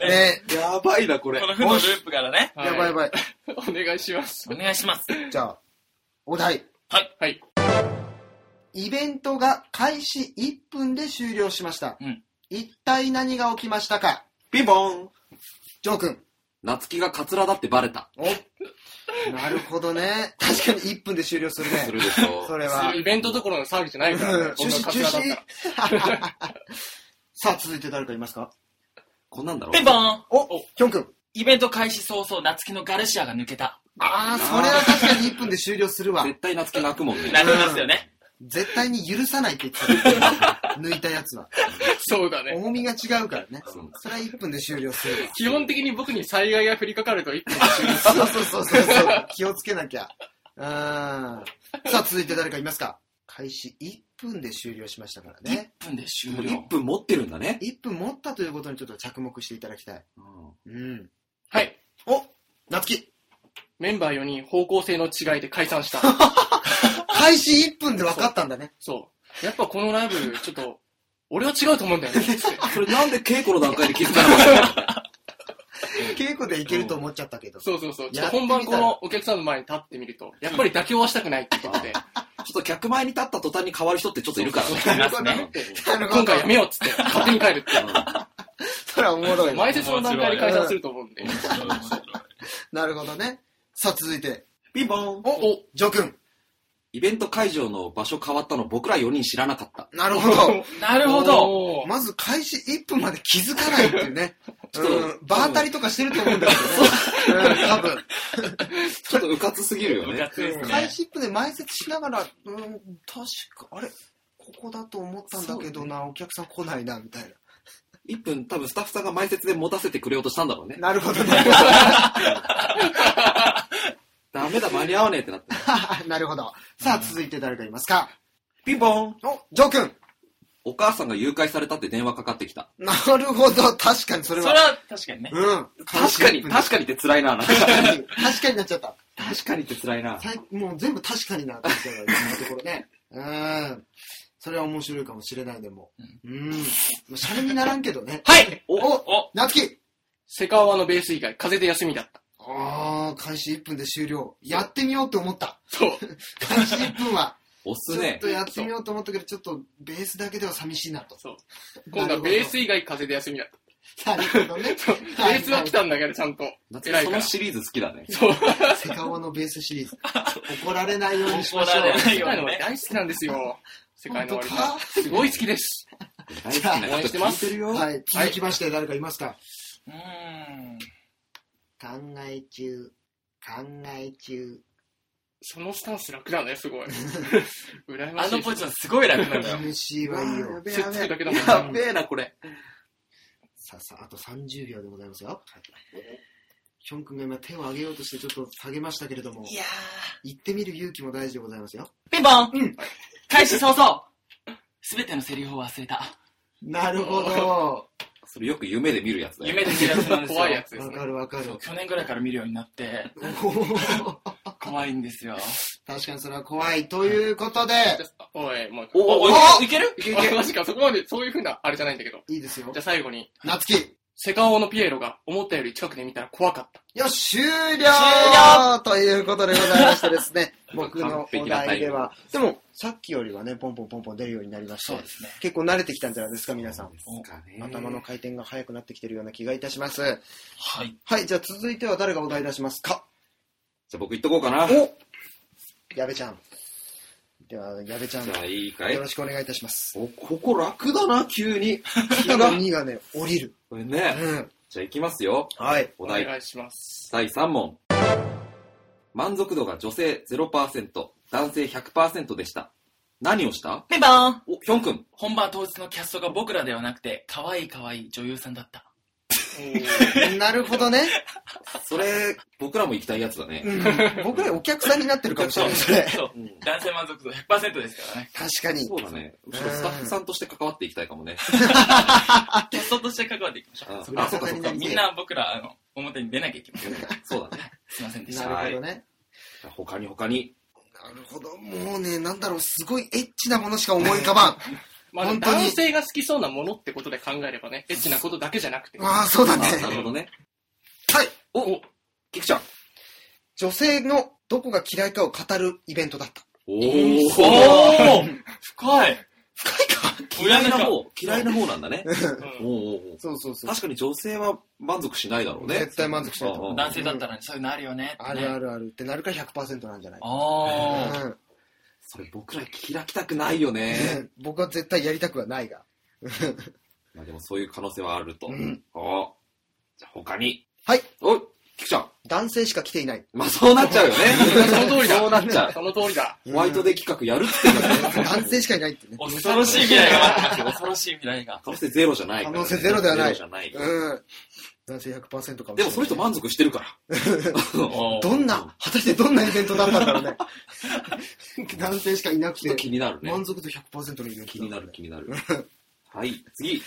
Speaker 2: ね
Speaker 1: 当やばいな、これ
Speaker 4: この負のループからね
Speaker 2: え。やばいや
Speaker 3: い。
Speaker 2: ばい。
Speaker 3: お願いします。
Speaker 4: お願いします
Speaker 2: じゃあ、お題。
Speaker 3: はい。
Speaker 2: イベントが開始1分で終了しました。
Speaker 4: うん
Speaker 2: 一体何が起きましたか
Speaker 1: ピンポン
Speaker 2: ジョー君。
Speaker 1: 夏希がカツラだってバレた。
Speaker 2: おなるほどね。確かに1分で終了する
Speaker 1: す
Speaker 2: ね。
Speaker 1: るでしょ
Speaker 2: それは。
Speaker 3: イベントどころの騒ぎじゃないからね。
Speaker 2: 中止、
Speaker 3: こん
Speaker 2: 中
Speaker 3: なカツラだ
Speaker 2: 止
Speaker 3: った。
Speaker 2: さあ、続いて誰かいますか
Speaker 1: こんなんだろ
Speaker 4: ピンポーン
Speaker 2: お、ヒョン君。
Speaker 4: イベント開始早々夏希のガルシアが抜けた
Speaker 2: ああ、それは確かに1分で終了する わ。
Speaker 1: 絶対夏希泣くもんね。
Speaker 4: なりますよね
Speaker 2: 絶対に許さないって言ってた。抜いたやつは。
Speaker 3: そうだね。
Speaker 2: 重みが違うからね
Speaker 1: そう。
Speaker 2: それは1分で終了するわ。
Speaker 3: 基本的に僕に災害が降りかかると一気に
Speaker 2: そうそうそうそうそう。 気をつけなきゃ。うん。さあ、続いて誰かいますか開始1分で終了しましたからね。
Speaker 4: 1分で終了
Speaker 1: 1分持ってるんだね。
Speaker 2: 1分持ったということにちょっと着目していただきたい。うん。
Speaker 3: はい。
Speaker 2: お夏希
Speaker 3: メンバー4人方向性の違いで解散した。
Speaker 2: 開始1分で分かったんだね。
Speaker 3: そう。やっぱこのライブ、ちょっと、俺は違うと思うんだよね。
Speaker 1: それなんで稽古の段階で気づかなかったの
Speaker 2: 稽古でいけると思っちゃったけど。
Speaker 3: そうそうそう。ちょ
Speaker 2: やっ
Speaker 3: っと
Speaker 2: て
Speaker 3: 本
Speaker 2: みたら
Speaker 3: 番このお客さんの前に立ってみると、やっぱり妥協はしたくないってことで、
Speaker 1: ちょっと客前に立った途端に変わる人ってちょっといるからね。
Speaker 4: いますね
Speaker 2: なるほど
Speaker 3: 今回やめようっつって、勝手に帰るっていう。
Speaker 2: それはおもろいな。
Speaker 3: 前説の段階で解散すると思うんで。
Speaker 2: なるほどね。さあ、続いて。
Speaker 1: ピンポン
Speaker 2: お、お、ジョ君。
Speaker 1: イベント会場の場所変わったの僕ら4人知らなかった。
Speaker 2: なるほ ど。
Speaker 4: なるほど
Speaker 3: おー
Speaker 2: まず開始1分まで気づかないっていうね。
Speaker 1: ょっと
Speaker 2: うん、場当たりとかしてると思うんだけどね。うん、多分。
Speaker 1: ちょっとうかつすぎるよ
Speaker 4: 部
Speaker 1: ね。
Speaker 4: 活です
Speaker 2: 開
Speaker 4: ね
Speaker 2: 始1分で前説しながら、うん、確か、あれここだと思ったんだけどな、お客さん来ないな、みたいな。
Speaker 1: 1分多分スタッフさんが前説で持たせてくれようとしたんだろうね。
Speaker 2: なるほどね。
Speaker 1: ダメだ、間に合わねえってなって。
Speaker 2: なるほど。さあ、続いて誰かいますか
Speaker 1: ピンポン
Speaker 2: お、ジョー君。
Speaker 1: お母さんが誘拐されたって電話かかってきた。
Speaker 2: なるほど。確かにそ
Speaker 4: そ
Speaker 2: れ
Speaker 4: れ
Speaker 2: は。
Speaker 4: は確かにね
Speaker 2: うん。
Speaker 1: 確かに、 確
Speaker 2: 確
Speaker 1: かにって辛いな。なんか
Speaker 2: かに。確かになっちゃった。
Speaker 1: 確かにって辛いな。
Speaker 2: さいもう全部確かになってきたから、今のところね。うん。それは面白いかもしれないでも。うん。シャレにならんけどね。
Speaker 4: はい
Speaker 2: お、
Speaker 4: お
Speaker 2: 夏希
Speaker 3: セカオワのベース以外、風邪で休みだった。
Speaker 2: あー、開始1分で終了。やってみようと思った。
Speaker 3: そう。
Speaker 2: 開始1分は。
Speaker 1: 押す
Speaker 2: ちょっ
Speaker 1: ね
Speaker 2: と。やってみようと思ったけど、ちょっとベースだけでは寂しいなと。
Speaker 3: そう。今度はベース以外風邪で休みだった。
Speaker 2: なるほどね。
Speaker 3: ベースは来たんだけど、ちゃんと。
Speaker 1: 夏希
Speaker 3: 偉い
Speaker 1: そ
Speaker 3: か
Speaker 1: の
Speaker 3: ら。
Speaker 1: シリーズ好きだね。
Speaker 3: そう。
Speaker 2: セカオワのベースシリーズ。怒られないようにし
Speaker 4: 怒
Speaker 2: ましょう
Speaker 4: ら。れない
Speaker 3: 世
Speaker 4: よ
Speaker 3: 界の
Speaker 4: う
Speaker 3: 終わ
Speaker 4: に
Speaker 3: り
Speaker 4: ね
Speaker 3: 大好きなんですよ。世界の終わり
Speaker 2: 本当
Speaker 3: が。
Speaker 2: か
Speaker 3: すごい好きです。
Speaker 1: 大好きな人聞いてるよ。
Speaker 2: はい。続きまして、誰かいますか
Speaker 4: うーん
Speaker 2: 考え中。考え中。
Speaker 3: そのスタンス楽だね、すごい。羨ま
Speaker 4: あ
Speaker 3: しい。
Speaker 4: のポジションすごい楽なんだよ
Speaker 2: MC はいいよ。
Speaker 1: べえ
Speaker 3: 説明だけだもんな
Speaker 1: やべえな、これ。
Speaker 2: さあさあ、あと30秒でございますよ。ヒョン君が今手を挙げようとしてちょっと下げましたけれども、
Speaker 4: いや
Speaker 2: 行ってみる勇気も大事でございますよ。
Speaker 4: ーピンポン、開始早々すべてのセリフを忘れた
Speaker 2: なるほど。
Speaker 1: それよく夢で見るやつだよ。
Speaker 4: 夢で見るやつなんですよ
Speaker 3: 怖いやつです
Speaker 2: わ
Speaker 3: ね。
Speaker 2: かるわかる
Speaker 4: そう。去年ぐらいから見るようになって
Speaker 2: おー
Speaker 4: 怖いんですよ
Speaker 2: 確かにそれは怖い。ということで、
Speaker 3: おい、もう。
Speaker 1: おおお
Speaker 4: いける
Speaker 3: いけいけマジか、そこまで、そういうふうな、あれじゃないんだけど。
Speaker 2: いいですよ
Speaker 3: じゃあ。最後に、
Speaker 2: 夏希、
Speaker 3: セカオワのピエロが思ったより近くで見たら怖かった。
Speaker 2: よし、終了
Speaker 4: 了
Speaker 2: ということでございましてですね、僕のお
Speaker 1: 完
Speaker 2: 題
Speaker 1: 璧
Speaker 2: で
Speaker 1: な
Speaker 2: は。でも、さっきよりはね、ポンポンポンポン出るようになりまし
Speaker 4: そう
Speaker 2: て
Speaker 4: で、すね
Speaker 2: 結構慣れてきたんじゃないですか、皆さん。頭
Speaker 1: 頭
Speaker 2: の
Speaker 1: の。
Speaker 2: 回転が速くなってきてるような気がいたします。
Speaker 4: はい
Speaker 2: はい、じゃあ続いては誰がお題出しますか
Speaker 1: じゃあ僕言っとこうかな。
Speaker 2: お矢部ちゃん。では、矢部ちゃん、
Speaker 1: じゃあ
Speaker 2: よ
Speaker 1: いいかい
Speaker 2: ろしくお願いいた します。
Speaker 1: おここ楽だな、急に。
Speaker 2: 木の2がね、降りる。
Speaker 1: これ
Speaker 2: う
Speaker 1: ね。
Speaker 2: ん。
Speaker 1: じゃあいきますよ。
Speaker 2: はい。
Speaker 1: お
Speaker 3: お
Speaker 1: 題
Speaker 3: 願いします。
Speaker 1: 第3問。満足度が女性0%、男性100%でした。何をした
Speaker 4: ピンポーン
Speaker 1: お、ヒョン君。
Speaker 4: 本番当日のキャストが僕らではなくて、可愛い可愛い女優さんだった。
Speaker 2: なるほどね。
Speaker 1: それ、僕らも行きたいやつだね。
Speaker 2: うん。僕らお客さんになってるかもしれない、それ。
Speaker 4: そう
Speaker 1: うん
Speaker 4: 男性満足度100%ですからね。
Speaker 2: 確かに。
Speaker 1: そうだね。むしろスタッフさんとして関わっていきたいかもね。
Speaker 4: キャストとして関わっていきましょう。
Speaker 1: あ、そ
Speaker 2: そ
Speaker 1: うう
Speaker 2: か
Speaker 1: かそうか。
Speaker 2: そうか
Speaker 4: みんな僕ら、あの、表に出なきゃいけません。
Speaker 1: そうだね。
Speaker 4: すいませんでし
Speaker 2: な
Speaker 4: た。
Speaker 2: るほどね。
Speaker 1: じゃあ他に他に。
Speaker 2: なるほど。もうね、なんだろう、すごいエッチなものしか思い浮かばん。
Speaker 3: まあ、
Speaker 2: 本当に
Speaker 3: 男性が好きそうなものってことで考えればね、エッチなことだけじゃなくて。
Speaker 2: ああ、そうだね。
Speaker 1: あなるほどね。
Speaker 2: はい。
Speaker 1: お、キクちゃん。
Speaker 2: 女性のどこが嫌いかを語るイベントだった。
Speaker 1: おお
Speaker 4: おー深い
Speaker 1: 嫌
Speaker 4: 親
Speaker 1: い
Speaker 4: の
Speaker 1: な
Speaker 4: 顔
Speaker 1: 方、嫌いな方なんだね。
Speaker 3: うん
Speaker 1: おおお
Speaker 2: そうそうそ
Speaker 1: 確かに女性は満足しないだろうね。
Speaker 2: 絶対満足しないと思う。
Speaker 4: 男性だったらそういうのあるよね。
Speaker 2: あるあ
Speaker 4: る。
Speaker 2: るあるってなるから100%なんじゃない
Speaker 4: あー。
Speaker 2: うん
Speaker 1: それ僕ら開きたくないよね。
Speaker 2: ね 僕は絶対やりたくはないが。
Speaker 1: まあでもそういう可能性はあると。
Speaker 2: うん
Speaker 1: おじゃあ他に。
Speaker 2: はい。
Speaker 1: おキクちゃん。
Speaker 2: 男性しか来て いない。
Speaker 1: まあそうなっちゃうよね。
Speaker 3: その通りだ。
Speaker 1: そうなっちゃう
Speaker 3: その通りだ。
Speaker 1: ホワイトデー企画やるっていうのがね。
Speaker 2: 男性しかいないってね。
Speaker 4: 恐ろしい未来が待ってます。恐ろしい未来が。
Speaker 1: 可能性ゼロじゃないからね、
Speaker 2: 可能性ゼロではない
Speaker 1: ゼロじゃない。
Speaker 2: うん。男性100%かもしれない。
Speaker 1: でもその人満足してるから。
Speaker 4: お
Speaker 2: どんな、果たしてどんなイベントだったん だろうね。男性しかいなく
Speaker 1: ちょっと
Speaker 2: て、
Speaker 1: 気になるね。
Speaker 2: 満足度100%のイベントだったね。
Speaker 1: 気になる気にな る。はい、次。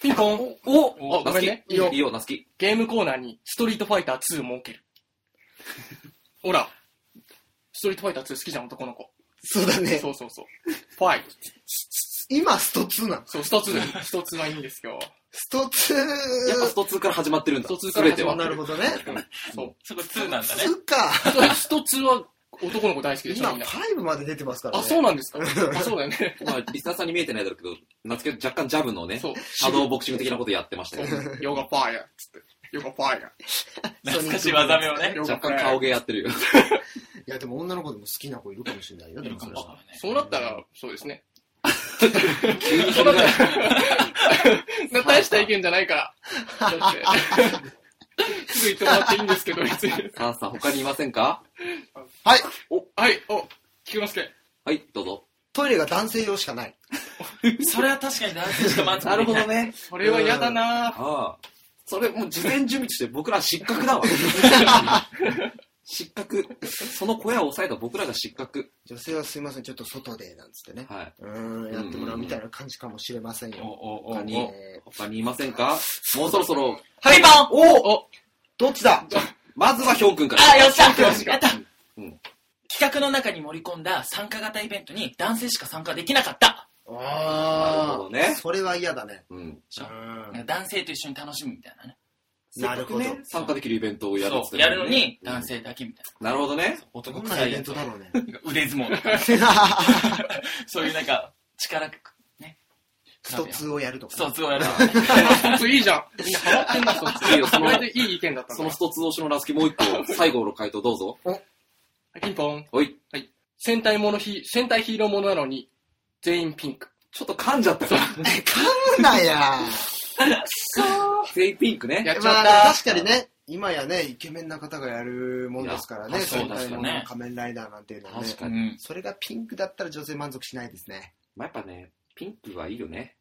Speaker 3: ピンポン。
Speaker 1: お
Speaker 3: おごめんね
Speaker 1: いいよ、いいよ、ナスキ。
Speaker 3: ゲームコーナーにストリートファイター2を設け る。ほら、ストリートファイター2好きじゃん、男の子。
Speaker 2: そうだね
Speaker 3: そ。うそうそう。ファイト。
Speaker 2: 今、スト2なの。
Speaker 3: そう、スト2。スト2はいい んですよ。
Speaker 2: スト
Speaker 1: やっぱス
Speaker 2: 2!
Speaker 1: ト2から始まってるんだ。
Speaker 3: スト2から
Speaker 1: 全て
Speaker 3: 始ま
Speaker 1: は
Speaker 3: っ。
Speaker 2: なるほどね。
Speaker 3: そう。
Speaker 4: そこ2なんだね。
Speaker 2: 2か。
Speaker 3: スト2は男の子大好きでし
Speaker 2: 今、
Speaker 3: ょ、みんな。
Speaker 2: 5まで出てますからね。
Speaker 3: あ、そうな んですかあ、そうだよね。
Speaker 1: まあ、リスナーさんに見えてないだろうけど、夏希は若干ジャブのね、シ
Speaker 3: そう。
Speaker 1: ャドーボクシング的なことやってました
Speaker 3: そう
Speaker 1: よね。
Speaker 3: ヨガファイヤーっつって。ヨガファイヤ
Speaker 4: 懐かしい技名を
Speaker 3: ー。
Speaker 4: ね。
Speaker 3: ヨガ
Speaker 1: 若
Speaker 3: ファイ
Speaker 1: 干
Speaker 3: ヤ
Speaker 1: 顔
Speaker 3: ー。
Speaker 1: 芸やってるよ。
Speaker 2: いや、でも女の子でも好きな子いるかもしれないよ。でもそれは
Speaker 3: そうなったら、そうですね。
Speaker 1: 急に広がる。
Speaker 3: そんな大した意見じゃないから。だ って。すぐ言ってもらっていいんですけど、別に。
Speaker 1: さあさあ、他にいませんか
Speaker 2: はい。
Speaker 3: はい、お、菊之助。
Speaker 1: はい、どうぞ。
Speaker 2: トイレが男性用しかない。
Speaker 4: それは確かに男性しか満足できない。
Speaker 1: ね。
Speaker 3: それは嫌だなぁ。
Speaker 1: ああ。それもう事前準備として僕ら失格 だわ。失格。その小屋を抑えた僕らが失格。
Speaker 2: 女性はすいません、ちょっと外で、なんつってね。
Speaker 1: はい。
Speaker 2: うーん、やってもらうみたいな感じかもしれません
Speaker 4: お
Speaker 2: よ。
Speaker 4: おお
Speaker 1: 他に
Speaker 4: お。
Speaker 2: え
Speaker 1: 他にいませんかもうそろそろ、
Speaker 4: ハイバン
Speaker 2: ーおおどっちだ
Speaker 1: まずはヒョウくんから。
Speaker 4: あ、よっしゃ
Speaker 3: よっしゃ
Speaker 4: やった
Speaker 1: うん
Speaker 4: 企画の中に盛り込んだ参加型イベントに男性しか参加できなかった。
Speaker 1: なる
Speaker 2: あ
Speaker 1: ほ
Speaker 2: あ
Speaker 1: ど、ね
Speaker 2: それは嫌だね。
Speaker 1: うん。
Speaker 2: うん
Speaker 4: 男性と一緒に楽しむみたいなね。
Speaker 2: なるほど
Speaker 1: せっかくね参加できるイベントをやるっつっ
Speaker 4: そ
Speaker 1: て
Speaker 4: う。
Speaker 1: ね
Speaker 4: やるのに男。性だけみたい
Speaker 1: うんなるほどね
Speaker 2: ど
Speaker 4: な。。男
Speaker 2: んな
Speaker 4: 臭
Speaker 2: イ
Speaker 4: い
Speaker 2: ベ
Speaker 4: や
Speaker 2: ン
Speaker 4: つ
Speaker 2: トだろう ね。
Speaker 4: 腕相 撲とか、 そういうなんか力く、ね。
Speaker 2: スト2をやると
Speaker 4: スト
Speaker 2: か。
Speaker 4: 2をやる。
Speaker 3: 一ついいじゃん。みんなハマってんな、そ
Speaker 1: いいよ
Speaker 3: つ。
Speaker 1: そ
Speaker 3: そ
Speaker 1: の
Speaker 3: れでいい意見だった
Speaker 1: そ
Speaker 3: ん
Speaker 1: の
Speaker 3: だ。
Speaker 1: スト2推しのラスキもう一個、最後の回答どうぞ。
Speaker 3: ピンポン。
Speaker 1: おい、
Speaker 3: 戦隊ものヒ、戦隊ヒーローものなのに、全員ピンク。
Speaker 1: ちょっと噛んじゃったから。
Speaker 2: 噛むなや
Speaker 1: 全員ピンクね。
Speaker 3: やっちゃ
Speaker 2: ま
Speaker 3: っ
Speaker 2: あ、
Speaker 3: た。
Speaker 2: 確かにね、今やね、イケメンな方がやるもんですからね、
Speaker 4: いやそう
Speaker 2: 戦
Speaker 4: だ
Speaker 2: 隊もの
Speaker 4: ね
Speaker 2: 仮面ライダーなんていうのはね。
Speaker 1: 確
Speaker 4: う
Speaker 1: かに。
Speaker 4: ん。
Speaker 2: それがピンクだったら女性満足しないですね。
Speaker 1: まあ、やっぱね、ピンクはいいよね。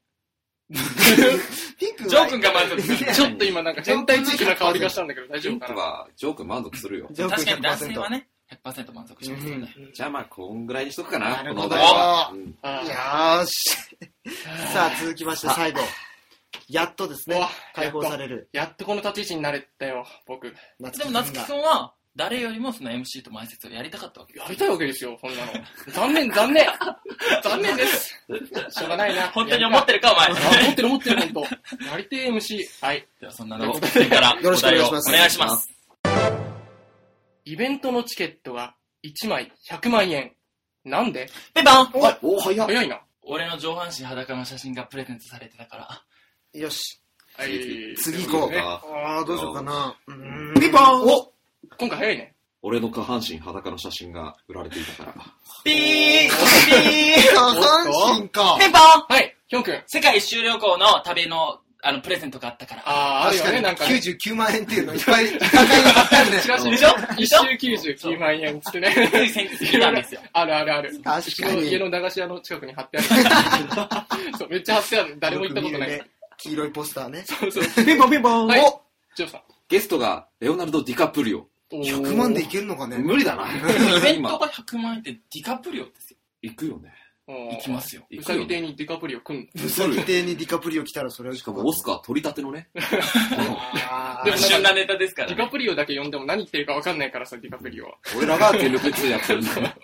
Speaker 2: ピンクは
Speaker 4: ジョー君が満足す
Speaker 2: い
Speaker 4: る
Speaker 2: や。
Speaker 3: ちょっと今なんか戦隊チックな香りがしたんだけど、大
Speaker 1: ピ
Speaker 3: 丈夫
Speaker 1: ン
Speaker 3: か
Speaker 1: ク
Speaker 3: な
Speaker 1: は、ジョー君満足するよ。
Speaker 2: ジョー
Speaker 4: 確
Speaker 2: 君
Speaker 4: かに男性は
Speaker 2: ね。
Speaker 4: ね、100%満足しますよね。
Speaker 1: じゃあまあ、こんぐらいにしとくかな。
Speaker 2: なる
Speaker 1: こ
Speaker 2: ほ
Speaker 1: の
Speaker 2: ど
Speaker 1: お題は。うん
Speaker 3: あ
Speaker 2: よ
Speaker 3: ー
Speaker 2: ー し。さあ、続きまして最後。やっとです
Speaker 3: う
Speaker 2: ね
Speaker 3: わ、
Speaker 2: 解放される。
Speaker 3: やっとこの立ち位置になれたよ、僕。や
Speaker 2: 夏
Speaker 4: でも夏木くんは、誰よりもその MC と前説をやりたかったわけよ。
Speaker 3: りたいわけですよ、こんなの。残念、残念残念ですしょうがないな。
Speaker 4: 本当に思ってるか、お前。
Speaker 3: あ思ってる思ってる、本当。やりてえ MC。はい。
Speaker 4: では、そんなの、次から、
Speaker 2: よろしくお願いします
Speaker 4: お願いします。
Speaker 3: イベントのチケットが1枚100万円。なんで
Speaker 4: ペバン
Speaker 1: お、早っ。
Speaker 3: 早いな。
Speaker 4: 俺の上半身裸の写真がプレゼントされてたから。
Speaker 2: よし。
Speaker 3: はい。
Speaker 2: 次行こう
Speaker 1: か
Speaker 2: ああ、どうしようかな。うーん
Speaker 1: ピンポン
Speaker 3: 今回早いね。
Speaker 1: 俺の下半身裸の写真が売られていたから。
Speaker 4: ピー ピー
Speaker 2: 下半身か。
Speaker 4: ピンポン
Speaker 3: はい、ヒョン君。
Speaker 4: 世界一周旅行の旅の、あの、プレゼントがあった から。
Speaker 3: あー、あ
Speaker 2: 確
Speaker 3: るよ
Speaker 2: か
Speaker 3: ね、
Speaker 2: に
Speaker 3: なんかね。
Speaker 2: 99万円っていうのいっぱい、高いのあ るね。
Speaker 3: チラシ
Speaker 4: でしょで
Speaker 3: 一
Speaker 4: しょ
Speaker 3: 周99万円つってね。
Speaker 4: つい先日見たんですよ。
Speaker 3: あるあるある。
Speaker 2: 確かに
Speaker 3: 家の駄菓子屋の近くに貼っ てある。そう、めっちゃ貼ってある。誰も行ったことない。
Speaker 2: よく見るね黄色いポスターね。
Speaker 3: そうそう。
Speaker 2: ピンポンピンポン。
Speaker 3: はい
Speaker 2: お
Speaker 3: ジョーさん。
Speaker 1: ゲストがレオナルド・ディカプリオ。
Speaker 2: 100万でいけるのかね。
Speaker 1: 無理だな。
Speaker 4: イベン
Speaker 1: 今
Speaker 4: ト、が100万円ってディカプリオですよ。
Speaker 1: 行くよね。
Speaker 3: 行
Speaker 4: 行きますよ。
Speaker 3: う
Speaker 1: 行
Speaker 3: さ
Speaker 1: くよ
Speaker 3: ぎ亭
Speaker 1: ね。
Speaker 3: にディカプリオ来ん
Speaker 2: 無先定にディカプリオ来たらそれは
Speaker 1: しかもオスカー取り立てのね。
Speaker 2: あ
Speaker 3: で
Speaker 2: ー
Speaker 3: も
Speaker 4: 旬なネタです
Speaker 3: デ
Speaker 4: か
Speaker 3: ィ
Speaker 4: ら
Speaker 3: カ
Speaker 4: ね。
Speaker 3: プリオだけ呼んでも何言ってるか分かんないからさ、ディカプリオは。
Speaker 1: 俺らが全力で通訳するんだよ。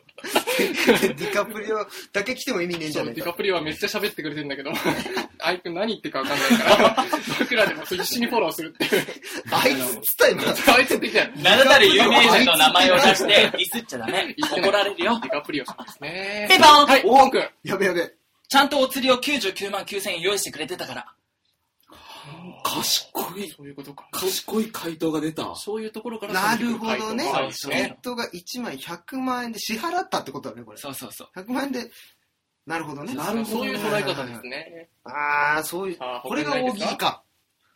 Speaker 2: ディカプリオだけ来ても意味ねえんじ
Speaker 3: そ
Speaker 2: ゃ
Speaker 3: う、
Speaker 2: ね
Speaker 3: デ
Speaker 2: え
Speaker 3: ィ
Speaker 2: か
Speaker 3: カ。プリオはめっちゃ喋ってくれてんだけど、 あいくん何言ってるか分かんないから、 僕らでも必死にフォローするっていう。
Speaker 2: あいつ伝えま
Speaker 3: あいつってきたよ。
Speaker 4: 名だたる有名人の名前を出して、ディスっちゃダメ。
Speaker 3: 言ってない
Speaker 4: 怒られるよ
Speaker 3: デ。ィカプリオさんですね
Speaker 4: ピ。ンポン
Speaker 3: はい、オーくん。
Speaker 2: やべやべ。
Speaker 4: ちゃんとお釣りを99万9000円用意してくれてたから。
Speaker 1: 賢い、
Speaker 3: そういうことか。
Speaker 1: 賢い回答が出た。
Speaker 3: そういうところから
Speaker 2: なるほどね
Speaker 3: 回答があるんで。す
Speaker 2: チケットが1枚100万円で支払ったってことだね、これ。
Speaker 4: そうそうそう。
Speaker 2: 100万円で、なるほどね。
Speaker 1: なるほど
Speaker 3: そういう捉え方ですね。
Speaker 2: ああ、そういう
Speaker 3: あー、
Speaker 2: これが大喜利か。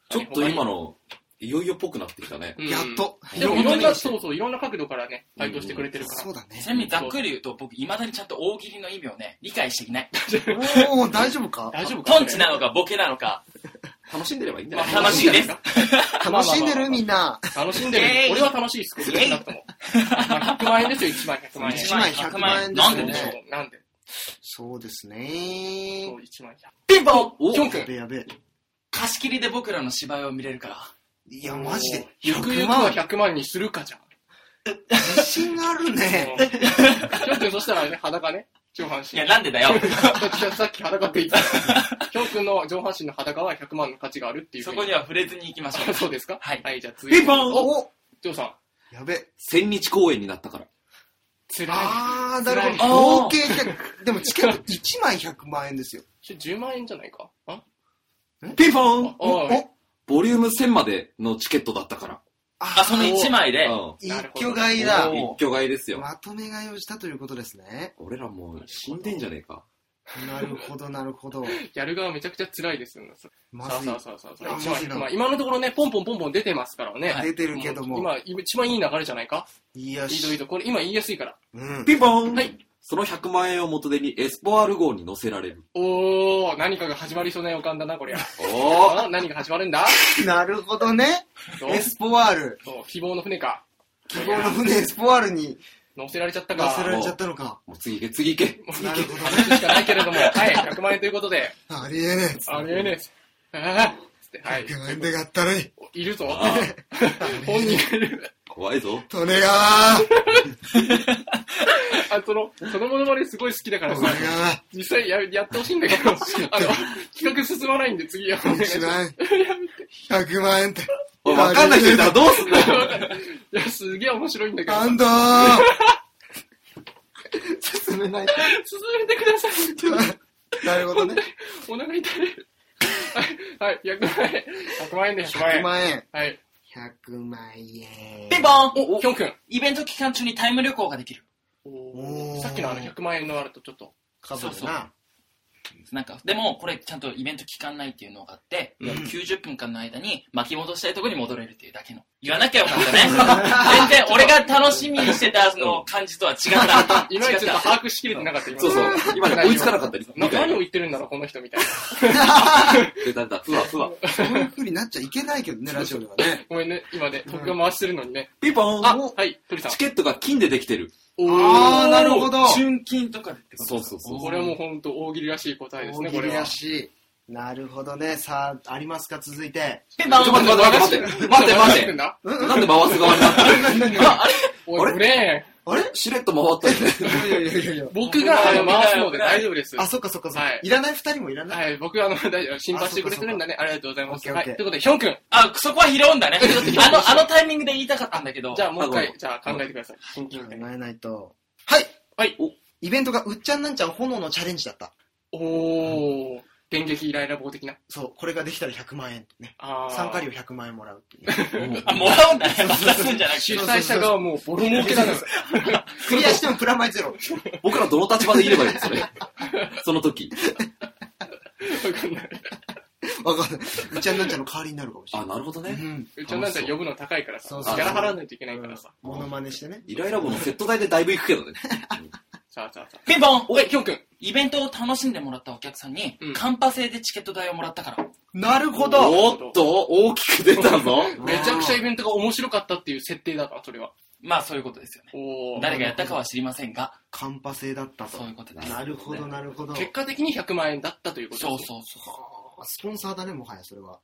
Speaker 1: ちょっと今の、いよいよっぽくなってきたね。
Speaker 3: うん
Speaker 2: やっ。と。
Speaker 3: でもいろんな、
Speaker 2: そ
Speaker 3: そうそう、いろんな角度からね、回答してくれてるから。
Speaker 2: うだ
Speaker 4: ち
Speaker 2: ね。
Speaker 4: なみにざっくり言うと、僕、未だにちゃんと大喜利の意味をね、理解していない。
Speaker 2: おー、大丈夫 か
Speaker 3: 大丈夫か
Speaker 4: トンチなのか、ボケなのか、
Speaker 1: 楽しんでればいいんだ
Speaker 4: ま
Speaker 1: よ。
Speaker 4: あ、楽しいです。
Speaker 2: 楽しんでるみんな。
Speaker 3: 楽しんでる
Speaker 4: イエー。イ
Speaker 3: 俺は楽しいです。これなくとも。まあ100万円ですよ、1万円、100万円。
Speaker 2: 1枚100万円です
Speaker 4: なん
Speaker 2: よね
Speaker 4: ででしょう。
Speaker 3: なんで
Speaker 2: そうです
Speaker 3: そ
Speaker 2: ね
Speaker 3: う、。1万円。
Speaker 4: ピンポン
Speaker 1: お
Speaker 3: ヒョン
Speaker 2: やべ
Speaker 3: 君。
Speaker 2: やべ。
Speaker 4: 貸し切りで僕らの芝居を見れるから。
Speaker 2: いや、マジで。
Speaker 3: ゆくゆ
Speaker 2: 100
Speaker 3: くは
Speaker 2: 万。
Speaker 3: 100万にするかじゃん。
Speaker 2: 自信があるね。
Speaker 3: うんヒョン君、そしたらね、裸ね。上半
Speaker 4: い
Speaker 3: 身。
Speaker 4: や、なんでだよ。
Speaker 3: だってさっき裸って言った。ヒョン君の上半身の裸は100万の価値があるっていうふう
Speaker 4: そ
Speaker 3: に。
Speaker 4: こには触れずに行きましょ
Speaker 3: あ
Speaker 4: う。
Speaker 3: そうですか
Speaker 4: はい
Speaker 3: はい、じゃあ次。
Speaker 1: ピンポン
Speaker 3: お
Speaker 2: お
Speaker 3: ジョーさん。
Speaker 2: やべ。
Speaker 1: 千日公演になったから。
Speaker 3: つらい。
Speaker 2: あー、なる
Speaker 4: 辛い
Speaker 2: ほど。合計100。でもチケット1枚100万円ですよ。
Speaker 3: ちょ10万円じゃないかあ
Speaker 1: ピンポン
Speaker 3: あおい
Speaker 2: お
Speaker 1: ボリューム1000までのチケットだったか
Speaker 4: あ、その
Speaker 2: 一
Speaker 4: 1枚で
Speaker 1: ら。。うん。
Speaker 2: 一挙買いだ
Speaker 4: な。る
Speaker 1: 一挙買いですよ。
Speaker 2: まとめ買いをしたということで すね。
Speaker 1: 俺らもう死んでんじゃねえか。
Speaker 2: なるほど、なるほど。
Speaker 3: やる側めちゃくちゃ辛いですよね。さ
Speaker 2: ま
Speaker 3: あ
Speaker 2: ず
Speaker 3: さ
Speaker 2: い
Speaker 3: あ。さあさあ。
Speaker 2: あ
Speaker 3: 1万
Speaker 2: まずいな
Speaker 3: 円まあ今のところね、ポンポンポンポン出てますからね。
Speaker 2: 出てるけども。
Speaker 3: 今、一番いい流れじゃないか
Speaker 2: いや
Speaker 3: いいぞいいぞ。これ今言いやすいから。
Speaker 2: うん。
Speaker 1: ピンポン
Speaker 3: はい
Speaker 1: その100万円を元手にエスポアル号に乗せられる。
Speaker 3: おー、何かが始まりそうな予感だな、こりゃ。
Speaker 1: お
Speaker 3: あ何が始まるんだ
Speaker 2: なるほどね。
Speaker 3: そう
Speaker 2: エスポワール。
Speaker 3: そう希望の船か。
Speaker 2: 希望の船エスポワールに
Speaker 3: 乗せられちゃった
Speaker 2: 乗せら
Speaker 3: か。
Speaker 2: れちゃったのか。
Speaker 1: もう次行け、次行け。
Speaker 2: なるほど
Speaker 3: 話しかないけれども、はい、100万円ということで。
Speaker 2: ありえねえ。
Speaker 3: あれね。あーつってはい。
Speaker 2: 100万円で買ったのに。
Speaker 3: いるぞ。
Speaker 1: ああ、
Speaker 3: 本人がいる。
Speaker 1: 怖いぞ。
Speaker 2: 利根川
Speaker 3: あ、その、そのものまですごい好きだから
Speaker 2: 利
Speaker 3: さ
Speaker 2: 根。川
Speaker 3: 実際ややってほしいんだけど、あの、企画進まないんで次はお願いし
Speaker 2: し
Speaker 3: ま
Speaker 2: ない。100万円って。
Speaker 1: おいわかんない人いたらどうすんだよ。
Speaker 3: す。いや、すげえ面白いんだけどさ。
Speaker 2: 安藤進めない。
Speaker 3: 進めてください。
Speaker 2: なるほどね。
Speaker 3: お腹痛い。はい、はい100万円。100万円で100万
Speaker 2: 100
Speaker 3: 円。
Speaker 2: 万円。
Speaker 3: はい。
Speaker 2: 100万円。
Speaker 4: ピンポン
Speaker 3: お、ヒョン君。
Speaker 4: イベント期間中にタイム旅行ができる。
Speaker 2: おー
Speaker 3: さっきのあの100万円のあるとちょっと。
Speaker 2: かぶ
Speaker 4: そう
Speaker 2: る
Speaker 4: そう
Speaker 2: な。
Speaker 4: なんか、でも、これちゃんとイベント期間内っていうのがあって、90分間の間に巻き戻したいところに戻れるっていうだけの。言わなきゃよかったね。全然、俺が楽しみにしてたその感じとは違った。
Speaker 3: いまい
Speaker 4: 違
Speaker 3: ち
Speaker 4: っ
Speaker 3: ちょっと把握しきれてなかった、今
Speaker 1: そうそう。今ね、追いつかなかったり。
Speaker 3: な何を言ってるんだろう、この人みたいな。
Speaker 1: 出た出た、ふわふわ。
Speaker 2: そういう風になっちゃいけないけどね、ラジオではね。
Speaker 3: ごめんね、今ね、僕が回してるのにね。
Speaker 1: ピンポン
Speaker 3: あ、はい、鳥さん
Speaker 1: チ。ケットが金でできてる。
Speaker 3: お
Speaker 2: あー、なるほど。
Speaker 4: 純金とかでってこと
Speaker 1: そうそうそう。
Speaker 3: これはもう本当大喜利らしい答えですね、
Speaker 2: 大
Speaker 3: こ
Speaker 2: 喜
Speaker 3: れ
Speaker 2: 利
Speaker 3: は
Speaker 2: ら。しい。なるほどね。さあ、ありますか続いて。
Speaker 4: ピンポン
Speaker 1: ちょ、待って待って待って待って待って
Speaker 3: て。
Speaker 1: なんで回す側になってる
Speaker 3: おい、ね
Speaker 2: あれ
Speaker 1: しれっと回ったよね。
Speaker 2: いやいやいやいや。
Speaker 3: 僕があの回すので大丈夫です。
Speaker 2: あ、そっかそっかそっか。
Speaker 3: はい
Speaker 2: い、らない二人もいらない。
Speaker 3: はい、僕はあの、大丈夫。心配してくれてるんだね。ありがとうございま
Speaker 2: オ
Speaker 3: す。
Speaker 2: ッケー
Speaker 3: は
Speaker 2: オ
Speaker 3: い、
Speaker 2: ッ
Speaker 3: と
Speaker 2: ケ
Speaker 3: い
Speaker 2: ー
Speaker 3: うことで、ヒョン君。
Speaker 4: あ、そこは拾うんだね。あの、あのタイミングで言いたかったんだけど。
Speaker 3: じゃあもう一
Speaker 1: あご
Speaker 3: 回
Speaker 1: め、ん
Speaker 3: じゃあ考えてください。シンキングで。
Speaker 2: 考えないと。はい
Speaker 3: はい
Speaker 1: お
Speaker 2: イベントがうっちゃんなんちゃん炎のチャレンジだった。
Speaker 3: おー。電撃イライラ棒的な。
Speaker 2: そう、これができたら100万円とね。
Speaker 3: あー
Speaker 2: 参加料100万円もらうっていうね。
Speaker 4: あ、もらうんだね。渡すんじゃなく
Speaker 3: 主
Speaker 4: て。
Speaker 3: 催者がもうボロ儲けだから。
Speaker 2: クリアしてもプラマイゼロ。
Speaker 1: 僕らどの立場でいればいいのそれ。その時。
Speaker 3: わかんない。
Speaker 2: わかんない。うちゃんなんちゃんの代わりになるかもしれ
Speaker 1: あ、
Speaker 2: ない。
Speaker 1: なるほどね。
Speaker 2: うん。
Speaker 3: うちのなんか呼ぶの高いからさ、
Speaker 2: そう
Speaker 1: そう
Speaker 3: ギャラ払わないといけないからさ。
Speaker 2: モノマネしてね。
Speaker 1: イライラ棒のセット代でだいぶいくけ どね。
Speaker 3: さあさあさあ。
Speaker 4: ピンポン
Speaker 3: おい、きょんくん。
Speaker 4: イベントを楽しんでもらったお客さんに
Speaker 3: うん、
Speaker 4: カンパ制でチケット代をもらったから。
Speaker 2: なるほど
Speaker 1: おっと、大きく出たぞ。
Speaker 3: めちゃくちゃイベントが面白かったっていう設定だから、それは。
Speaker 4: まあそういうことですよね。
Speaker 3: おー
Speaker 4: 誰がやったかは知りませんが、
Speaker 2: カンパ制だったと
Speaker 4: そういうことです。
Speaker 2: なるほどなるほど
Speaker 3: 結果的に100万円だったということ
Speaker 4: そう
Speaker 3: ですね。
Speaker 4: そうそう。
Speaker 2: はあスポンサーだねもはやそれは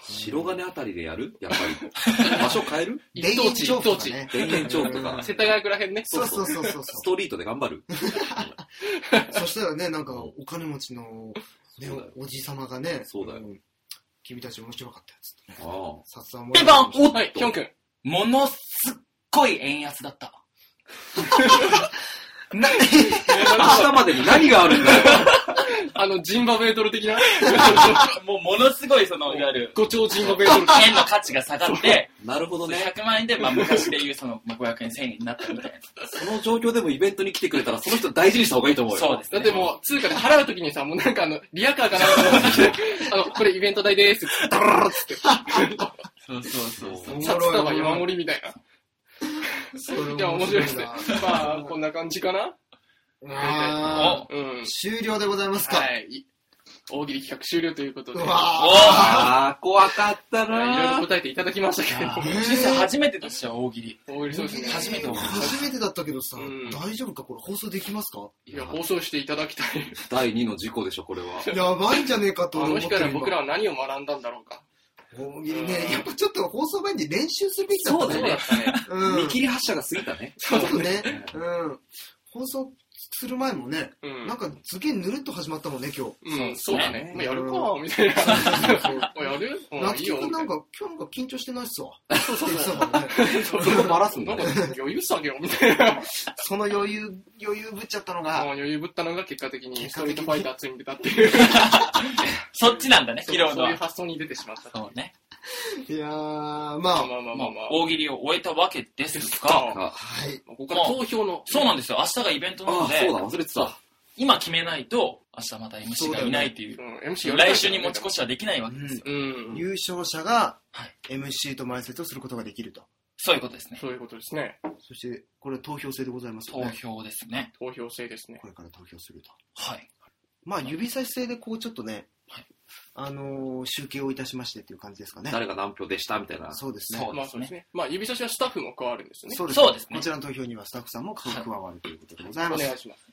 Speaker 1: 白金あたりでやるやっぱり。場所変え る
Speaker 3: 一等地、一等地。
Speaker 2: ね
Speaker 1: 田園調布と
Speaker 2: う
Speaker 1: か
Speaker 2: ん。
Speaker 3: 世田谷区らへんね。
Speaker 2: そうそうそうそう
Speaker 1: ス
Speaker 2: そ
Speaker 1: トリートで頑張る。
Speaker 2: うそしたらねなんかお金持ちの、ね
Speaker 1: そうだよ、
Speaker 2: おじ様がね
Speaker 1: そうだよ
Speaker 2: ん君たち面白かったやつって
Speaker 1: ああ。
Speaker 2: さっさん
Speaker 4: ピンポン
Speaker 3: はいい、きょんくん。
Speaker 4: ものすっごい円安だ った。
Speaker 2: な
Speaker 1: 明日までに何があるんだよ。
Speaker 3: あの、ジンバブエドル的な
Speaker 4: もうものすごいその、いわゆる、
Speaker 3: 五兆ジンバブエドル。
Speaker 4: 円の価値が下がって、
Speaker 1: なるほどね。
Speaker 4: 100万円で、まあ昔で言うその、まあ500円、1000円になったみたいな。
Speaker 1: その状況でもイベントに来てくれたら、その人大事にした方がいいと思うよ。
Speaker 4: そうです
Speaker 3: だ
Speaker 4: ね。
Speaker 3: ってもう、通貨で払うときにさ、もうなんかあの、リアカーかなんか持ってきて、あの、これイベント代でーすって、ダラーっつって、
Speaker 4: そうそうそうそう。
Speaker 2: おも
Speaker 3: 札
Speaker 2: ろ
Speaker 3: 束
Speaker 2: いおも
Speaker 3: 山
Speaker 2: ろい
Speaker 3: 盛りみたいな。
Speaker 2: それ
Speaker 3: いや、面白いですね
Speaker 2: な。
Speaker 3: まあ、こんな感じかな
Speaker 2: あ
Speaker 3: うん
Speaker 2: ー。終了でございますか、
Speaker 3: はい。い大喜利企画終了ということ
Speaker 2: う
Speaker 3: で、い
Speaker 2: わ
Speaker 4: お
Speaker 1: ああ、怖かった
Speaker 3: ろい
Speaker 1: な
Speaker 3: ろ答えていただきましたけど
Speaker 4: ー
Speaker 2: ー
Speaker 4: 人生初めてとしては大喜利。
Speaker 3: 大喜利そうですね。
Speaker 4: 初めて思いま
Speaker 2: 初めてだったけどさ、
Speaker 3: うん
Speaker 2: 大丈夫かこれ放送できますか
Speaker 3: いや、放送していただきたい。
Speaker 1: 第2の事故でしょ、これは。
Speaker 2: やばいんじゃねえかと
Speaker 3: あ
Speaker 2: 思
Speaker 3: の
Speaker 2: って
Speaker 3: 日
Speaker 2: る
Speaker 3: から僕
Speaker 2: 今
Speaker 3: らは何を学んだんだろうか。
Speaker 2: 大喜利ねやっぱちょっと放送前に練習するべきだった
Speaker 1: そうだ
Speaker 3: そう
Speaker 1: ね
Speaker 3: だったね。
Speaker 2: うん
Speaker 1: 見切り発車が過ぎたね。
Speaker 2: ちょっとね、うん。放送する前もね、
Speaker 3: うん。
Speaker 2: なんかすげえぬるっと始まったもんね、今日。
Speaker 3: うん、そうだね。
Speaker 1: そう
Speaker 3: もう
Speaker 2: ね
Speaker 3: やるか、みたいな。もうやるうん、
Speaker 2: 夏
Speaker 3: いい
Speaker 2: 希
Speaker 3: よ。
Speaker 2: くんなん
Speaker 3: み
Speaker 2: か、今日なんか緊張してないっすわ。そうそうそう。
Speaker 1: そこバラすん
Speaker 3: た
Speaker 1: だ
Speaker 3: いな
Speaker 1: ね。
Speaker 3: なんか余裕下げよ、みたいな。もう
Speaker 2: その余裕、余裕ぶっちゃったのが、
Speaker 3: 余裕ぶったのが結果的に
Speaker 2: 結
Speaker 3: ス
Speaker 2: 果
Speaker 3: トリー
Speaker 2: 的
Speaker 3: ト
Speaker 2: に
Speaker 3: ファイター2に出たっていう。
Speaker 4: そっちなんだね、
Speaker 3: そう
Speaker 4: 披露の
Speaker 3: そういう
Speaker 4: は。
Speaker 3: 発想に出てしまった。
Speaker 4: そうね。
Speaker 2: いやー、ま
Speaker 3: ま
Speaker 2: あ、
Speaker 3: あまあまあま
Speaker 4: ま
Speaker 3: あ
Speaker 4: あ
Speaker 3: まあ。
Speaker 4: 大喜利を終えたわけです
Speaker 3: です
Speaker 4: が、
Speaker 3: か。
Speaker 1: あ
Speaker 2: はい。
Speaker 3: ここから投票の。
Speaker 4: そうなんですよ。明日がイベントな
Speaker 1: あ
Speaker 4: の
Speaker 1: あ、そう
Speaker 4: で、
Speaker 1: だ、忘れてた。
Speaker 4: 今決めないと、明日また MC がいないっていうう。
Speaker 3: ん、MC やりたい
Speaker 4: 来週に持ち越しはできないわけですよ。
Speaker 3: うん。
Speaker 2: 優勝者が
Speaker 4: は、
Speaker 2: MC と前説をすることができると。
Speaker 4: そういうことですね。
Speaker 3: そういうことですね。
Speaker 2: そして、これ投票制でございますよ
Speaker 4: 投
Speaker 2: ね。
Speaker 4: 票ですね。
Speaker 3: 投票制ですね。
Speaker 2: これから投票すると。
Speaker 4: はい。
Speaker 2: まあ、指差し制でこうちょっとね
Speaker 4: はい、
Speaker 2: あのー、集計をいたしましてっていう感じですかね。
Speaker 1: 誰が何票でしたみたいな。
Speaker 2: そうですね。
Speaker 4: そう
Speaker 3: まあそうですね。まあ指差しはスタッフも加わるんですよね。
Speaker 2: そうです
Speaker 4: そうですね
Speaker 2: こちらの投票にはスタッフさんも加わるということでござい
Speaker 3: お
Speaker 2: ます。
Speaker 3: 願いします。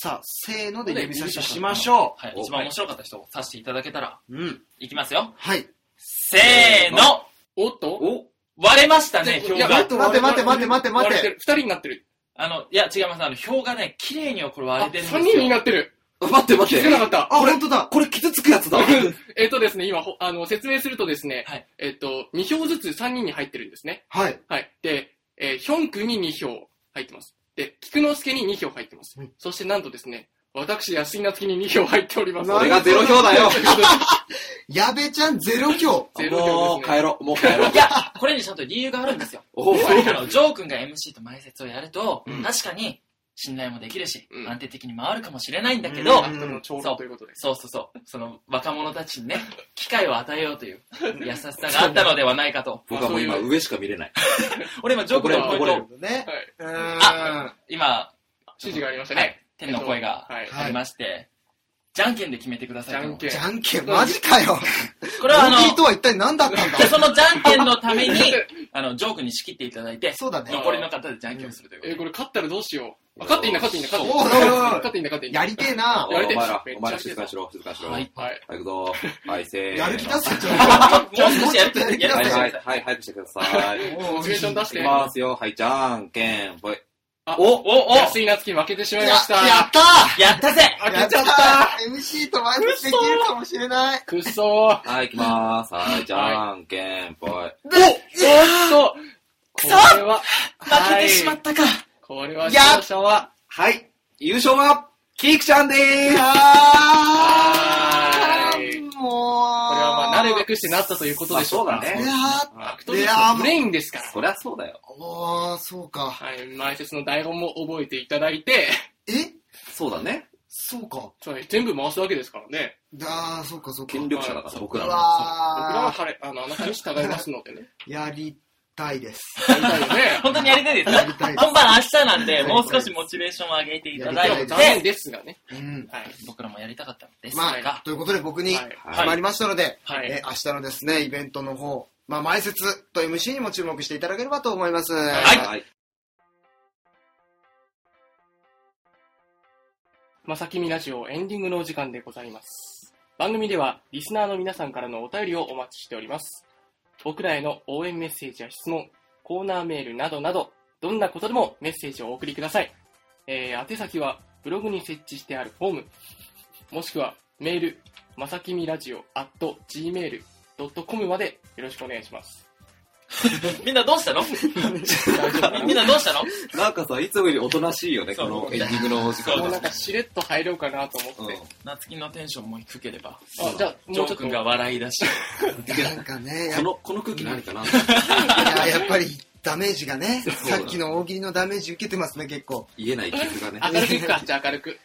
Speaker 2: さあ、せーので指差ししましょ
Speaker 4: はい。
Speaker 1: お
Speaker 4: 一番面白かった人を指していただけたら、
Speaker 2: う。うん。
Speaker 4: いきますよ。
Speaker 2: はい。
Speaker 4: せーの
Speaker 3: おっと
Speaker 1: お
Speaker 4: 割れましたね、票
Speaker 3: いや
Speaker 4: が。
Speaker 2: 待て待て待て待て待て
Speaker 3: 割れる二人になってる。
Speaker 4: あの、いや、違います。あの、票がね、綺麗にこれ
Speaker 3: あ、
Speaker 4: 割れてるんですよ。
Speaker 3: 3人になって る。
Speaker 1: あ待って待
Speaker 3: 気
Speaker 1: っ
Speaker 3: づか
Speaker 1: て。
Speaker 3: なかった。
Speaker 2: あ、本当だ
Speaker 1: これ傷つくやつだ。
Speaker 3: えっとですね、今、ほあの、説明するとですね、
Speaker 4: はい
Speaker 3: えっと、2票ずつ3人に入ってるんですね。
Speaker 2: はい。
Speaker 3: はい。で、えーヒョン君に2票入ってます。で、菊之助に2票入ってます。
Speaker 2: うん
Speaker 3: そしてなんとですね、私、安井夏樹に2票入っております。
Speaker 2: な
Speaker 1: 俺
Speaker 2: る
Speaker 1: がゼ ロ票だよ。
Speaker 2: 矢部ちゃんゼロ票
Speaker 3: ゼロ票
Speaker 1: もう
Speaker 3: ですね
Speaker 1: 帰ろう。もう帰ろう
Speaker 4: い。や、これにちゃんと理由があるんですよ。
Speaker 1: お
Speaker 4: あの、ジョー君が MC と前説をやると、
Speaker 3: うん
Speaker 4: 確かに信頼もできるし、
Speaker 3: うん
Speaker 4: 安定的に回るかもしれないんだけど、
Speaker 2: うん
Speaker 3: 人の長老ということで。
Speaker 4: そうそうそう、その若者たちにね、機会を与えようという優しさがあったのではないかと。
Speaker 1: 僕はもう今
Speaker 3: そういう
Speaker 1: 上しか見れない。
Speaker 4: 俺今、ジョー君の
Speaker 1: 怒
Speaker 4: 声
Speaker 1: れ
Speaker 4: と
Speaker 1: る、
Speaker 2: ね。
Speaker 3: はいう
Speaker 2: ーん
Speaker 4: あ。今、
Speaker 3: 指示がありました
Speaker 4: はい
Speaker 3: ね。、
Speaker 4: 天の声が
Speaker 3: はい。
Speaker 4: ありまして、じゃんけんで決めてくだ
Speaker 3: じ
Speaker 4: さ
Speaker 3: ゃ
Speaker 4: いと。
Speaker 3: んけん。
Speaker 2: じゃんけん、マジかよ。
Speaker 4: これはあの
Speaker 2: 大喜利、とは一体何だったんだ
Speaker 4: じゃあそのじゃんけんのために、 あの、ジョー君に仕切っていただいて、
Speaker 2: そうだね。
Speaker 4: 残りの方でじゃんけんをするというこ
Speaker 3: え
Speaker 4: とで
Speaker 3: ー、これ勝ったらどうしよう。あ勝っていいんだ、勝っていいんだ、勝っていいん
Speaker 2: そう
Speaker 3: だ。
Speaker 2: おいおいおい
Speaker 3: 勝っていいんだ、勝っていいんだ。
Speaker 2: やりてえな
Speaker 1: お
Speaker 3: や
Speaker 1: 前
Speaker 3: りてえ
Speaker 1: ら、お前
Speaker 3: めっちゃ
Speaker 1: ら静
Speaker 3: やりてえ
Speaker 1: かにしろ、静かにしろ。
Speaker 4: は
Speaker 1: はいい、
Speaker 3: はい。
Speaker 1: 行くぞ。はい、せーの。
Speaker 2: やる気出すじゃん。
Speaker 4: もう少しやるやる
Speaker 1: はい、は
Speaker 4: やる
Speaker 1: い、はい、早 くしてください。い
Speaker 2: も
Speaker 3: モチベーション出して
Speaker 1: きますよ。はい、じゃんけん、ぽい。
Speaker 3: あ
Speaker 1: お
Speaker 4: おお
Speaker 3: 安井夏樹負けてしまいました。
Speaker 2: ややった
Speaker 4: やったぜ
Speaker 2: ー
Speaker 3: 負けちゃっ
Speaker 2: や
Speaker 3: た
Speaker 2: ー !MC と前説できるかもしれない。
Speaker 3: くっそー。
Speaker 1: はい、行きまーす。はい、じゃんけん、ぽい。
Speaker 3: おおっとこ
Speaker 4: くそ
Speaker 3: れは、
Speaker 4: 負けてしまったか。
Speaker 3: これ
Speaker 2: や
Speaker 3: は
Speaker 2: っ
Speaker 3: 勝者は、
Speaker 1: はい、優勝は、キークちゃんでーす
Speaker 2: あー
Speaker 3: はなるべくしてなったということでしょう
Speaker 1: まあ
Speaker 3: か
Speaker 1: そうだね
Speaker 2: いやー、
Speaker 3: ア
Speaker 1: あ
Speaker 3: クトリス
Speaker 2: いやー
Speaker 3: のブレインですから。
Speaker 1: そりゃそうだよ。
Speaker 2: おー、そうか。
Speaker 3: はい、前説の台本も覚えていただいて、
Speaker 2: え
Speaker 1: そうだね。
Speaker 2: そうか。
Speaker 3: そう全部回すわけですからね。
Speaker 2: あー、そうか、そうか。
Speaker 1: 権力者だから、僕
Speaker 2: う
Speaker 1: らは。
Speaker 3: 僕らは
Speaker 2: わ
Speaker 3: 彼あのあなたに従いますのでね。
Speaker 2: ー、やりたいです。
Speaker 3: やりたい よね。
Speaker 4: 本当にやりたいです
Speaker 2: やりたいです
Speaker 4: 本番明日なんで、
Speaker 2: はい
Speaker 4: もう少しモチベーションを上げていただ
Speaker 3: で
Speaker 4: い
Speaker 3: も
Speaker 4: て
Speaker 3: 残、念ですがね。
Speaker 2: うん。
Speaker 3: はい。
Speaker 4: 僕らもやりたかったのです
Speaker 2: ま
Speaker 4: が、
Speaker 2: あ、ということで僕に
Speaker 3: はい
Speaker 2: 決まりましたので、
Speaker 3: はい
Speaker 2: えー明日のですね、イベントの方、まあ、前説と MC にも注目していただければと思います。
Speaker 4: はい
Speaker 1: はい。
Speaker 3: まさきみラジオエンディングのお時間でございます。番組ではリスナーの皆さんからのお便りをお待ちしております。僕らへの応援メッセージや質問、コーナーメールなどなど、どんなことでもメッセージをお送りください。えー、宛先はブログに設置してあるフォーム、もしくはメール、まさきみラジオ at gmail.com までよろしくお願いします。
Speaker 4: みんなどうしたの
Speaker 3: 大丈夫か
Speaker 4: みん
Speaker 3: な
Speaker 4: などうしたの
Speaker 1: なんかさ、いつもよりおとなしいよね、こ
Speaker 4: そう
Speaker 1: のエンディングのお時間
Speaker 3: もう
Speaker 1: は
Speaker 3: なんかしれっと入ろうかなと思って。
Speaker 1: うん
Speaker 4: 夏希のテンションも低ければ、
Speaker 3: あ、じゃあ、も
Speaker 4: ジョ
Speaker 3: うちょ
Speaker 4: ー
Speaker 3: っと
Speaker 4: 君。が笑い出し、
Speaker 2: なんかね、や
Speaker 1: こ
Speaker 2: っ
Speaker 1: の、この空気何かな
Speaker 2: ぱいややっぱりダメージがね、
Speaker 1: うだ
Speaker 2: さっきの大喜利のダメージ受けてますね、結構。
Speaker 1: 言えない傷がね。
Speaker 3: 明るくいくか。じゃあ明るく。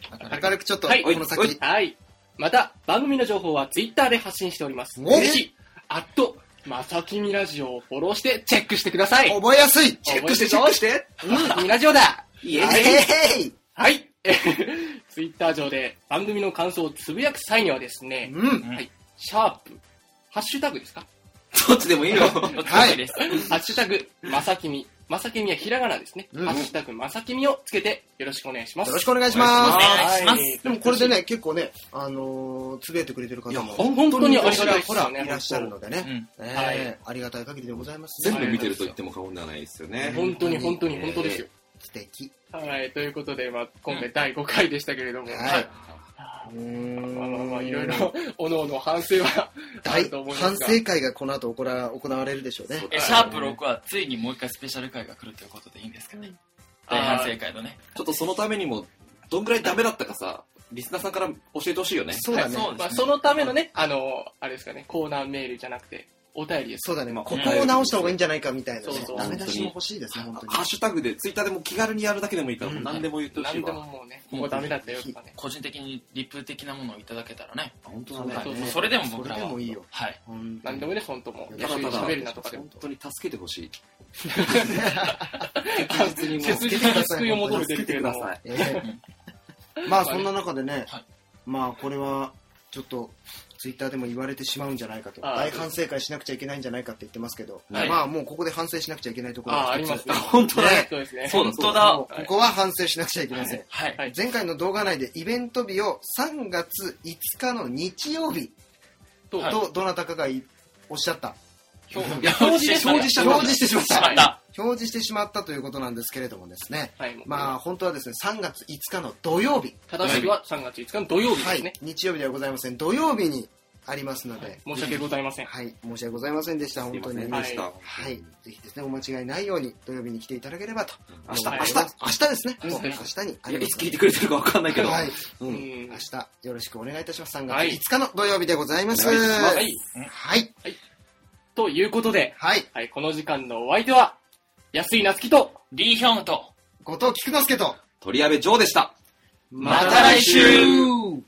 Speaker 2: 明るくちょっと、こ
Speaker 3: はい
Speaker 2: の先、
Speaker 1: おい
Speaker 3: はい。また、番組の情報はツイッターで発信しております。
Speaker 2: おい
Speaker 3: ぜひ、アット、まさきみラジオをフォローしてチェックしてください。
Speaker 2: 覚えやすい
Speaker 3: チェックして
Speaker 2: チェックして
Speaker 3: うん、みラジオだ
Speaker 1: い
Speaker 2: イ
Speaker 1: えい
Speaker 2: エ
Speaker 1: えい
Speaker 2: ーイ
Speaker 3: はい。 えへへツイッター上で番組の感想をつぶやく際にはですね、
Speaker 2: うん。
Speaker 3: シャープ、ハッシュタグですか
Speaker 1: どっちでもいいよ。
Speaker 4: お疲れです。
Speaker 3: ハッシュタグ、まさきみ。まさきみはひらがなですね。
Speaker 2: うん
Speaker 3: ハッシュタグ、まさきみをつけてよろしくお願いします。
Speaker 2: よろしくお願いし
Speaker 4: お
Speaker 2: ま
Speaker 4: 願
Speaker 2: す。
Speaker 4: いします
Speaker 3: はい
Speaker 2: でもこれでね、結構ね、あのー、つぶやいてくれてる方
Speaker 1: いや
Speaker 2: も
Speaker 1: も、
Speaker 3: ほん本当にありが
Speaker 2: ほ
Speaker 3: た
Speaker 2: ら
Speaker 3: いです
Speaker 2: ほ
Speaker 3: よ
Speaker 2: ら、
Speaker 3: ね。
Speaker 2: いらっしゃるので
Speaker 4: う
Speaker 2: ね。
Speaker 4: ん。
Speaker 2: え
Speaker 3: は
Speaker 2: ー
Speaker 3: い
Speaker 2: ありがたい限りでございます
Speaker 1: 全
Speaker 2: ね。
Speaker 1: 部見てると言っても過言ではないですよね。
Speaker 3: 本当に本当に本当ですよ。
Speaker 2: 素敵。
Speaker 3: はい、ということで、まあ、今回第5回でしたけれども、
Speaker 2: はい
Speaker 3: は
Speaker 2: うー
Speaker 3: い
Speaker 2: ん
Speaker 3: まあまあまあ、いろいろ、おのおの反省はあ
Speaker 2: 大
Speaker 3: ると思いま
Speaker 2: 反
Speaker 3: すが、
Speaker 2: 省会がこの後行わ行われるでしょうね
Speaker 1: そう。
Speaker 4: えシャープ6はついにもう一回スペシャル回が来るということでいいんですかね。大反省会のね。
Speaker 1: ちょっとそのためにも、どんぐらいダメだったかさ、リスナーさんから教えてほしいよね。
Speaker 2: そうだね
Speaker 4: はい。そう
Speaker 3: まあ、そのためのね、あの、あれですかね、コーナーメールじゃなくて、お便りです。
Speaker 2: そうだね。ここ
Speaker 4: ん
Speaker 2: を直した方がいいんじゃないかみたいなね
Speaker 3: そうそ。う
Speaker 2: ダメ出しも欲しいですね、本当に
Speaker 1: ハッ。シュタグで、ツイッターでも気軽にやるだけでもいいから、
Speaker 2: うん
Speaker 1: もう何でも言ってほしい
Speaker 3: 何でも
Speaker 1: わ。
Speaker 3: もうね、ここダメだったよとかね。
Speaker 4: 個人的にリプ的なものをいただけたらね。
Speaker 1: 本当
Speaker 2: そう
Speaker 1: だ
Speaker 2: だ
Speaker 1: ね。
Speaker 2: ね
Speaker 4: もうそれでも僕らは。
Speaker 2: それでもいいよ
Speaker 4: はい。
Speaker 2: 本当
Speaker 3: 何
Speaker 2: に
Speaker 3: でもいいです、本当もう。
Speaker 1: ただただ、
Speaker 3: 喋るなとかでも
Speaker 1: 本。当に助けてほしい。
Speaker 3: 切実に救いを求めて
Speaker 1: 助けて
Speaker 3: るけれ
Speaker 1: く
Speaker 3: ど
Speaker 1: だ
Speaker 3: も。
Speaker 1: さい。
Speaker 2: ええまあそんな中でね
Speaker 4: はい、
Speaker 2: まあこれはちょっとツイッターでも言われてしまうんじゃないかと、
Speaker 3: ああ
Speaker 2: 大反省会しなくちゃいけないんじゃないかって言ってますけど、
Speaker 1: はい
Speaker 2: まあもうここで反省しなくちゃいけないところ
Speaker 3: ああ、あ
Speaker 2: が
Speaker 3: り
Speaker 2: 一つ
Speaker 3: ますね。
Speaker 1: 本当だね。
Speaker 3: そうですね。
Speaker 1: そうだ、
Speaker 4: 本
Speaker 1: そう
Speaker 4: 当
Speaker 1: だ。
Speaker 4: だ
Speaker 2: も。うここは反省しなくちゃいけません。
Speaker 4: はい。
Speaker 3: はい。
Speaker 2: 前回の動画内でイベント日を3月5日の日曜日
Speaker 3: と、
Speaker 4: はい
Speaker 2: とどなたかがいおっしゃった。
Speaker 3: 表いや表示です
Speaker 4: 表
Speaker 2: 表示
Speaker 4: 示
Speaker 2: して
Speaker 4: した
Speaker 2: しまっ。
Speaker 4: したた。
Speaker 2: 表示してしまったということなんですけれどもですね。
Speaker 3: はい、もう
Speaker 2: まあ本当はですね、3月5日の土曜日。
Speaker 3: 正しくは3月5日の土曜日で
Speaker 2: は
Speaker 3: すね
Speaker 2: い。。日曜日ではございません。土曜日にありますので。
Speaker 3: 申し訳ございません。
Speaker 2: はい。申し訳ございませんでした。
Speaker 1: すい
Speaker 2: 本当
Speaker 1: ませ
Speaker 2: に。
Speaker 1: ん
Speaker 2: は
Speaker 1: で
Speaker 2: い。
Speaker 1: した。
Speaker 2: ぜひですね、お間違いないように土曜日に来ていただければと。
Speaker 1: 明
Speaker 2: 明
Speaker 1: 日、
Speaker 2: 日、明日、明日ですね。
Speaker 3: うん
Speaker 2: もう明日にあ
Speaker 1: いや
Speaker 2: り
Speaker 1: い
Speaker 2: ま
Speaker 1: つ
Speaker 2: す
Speaker 1: 聞いてくれてるかわかんないけど。
Speaker 2: はい。
Speaker 1: う。
Speaker 3: うんん
Speaker 2: 明日よろしくお願いいたします。3
Speaker 3: は
Speaker 2: 月
Speaker 3: い
Speaker 2: 5日の土曜日でございます。
Speaker 1: お願いします
Speaker 3: はい。
Speaker 2: はい。
Speaker 3: ということで、
Speaker 2: はい。
Speaker 3: はい、この時間のお相手は、安井夏樹と、
Speaker 4: リーヒョンウンと、
Speaker 2: 後藤菊之助と、
Speaker 1: 鳥矢部城でした。
Speaker 4: また来週
Speaker 2: また来週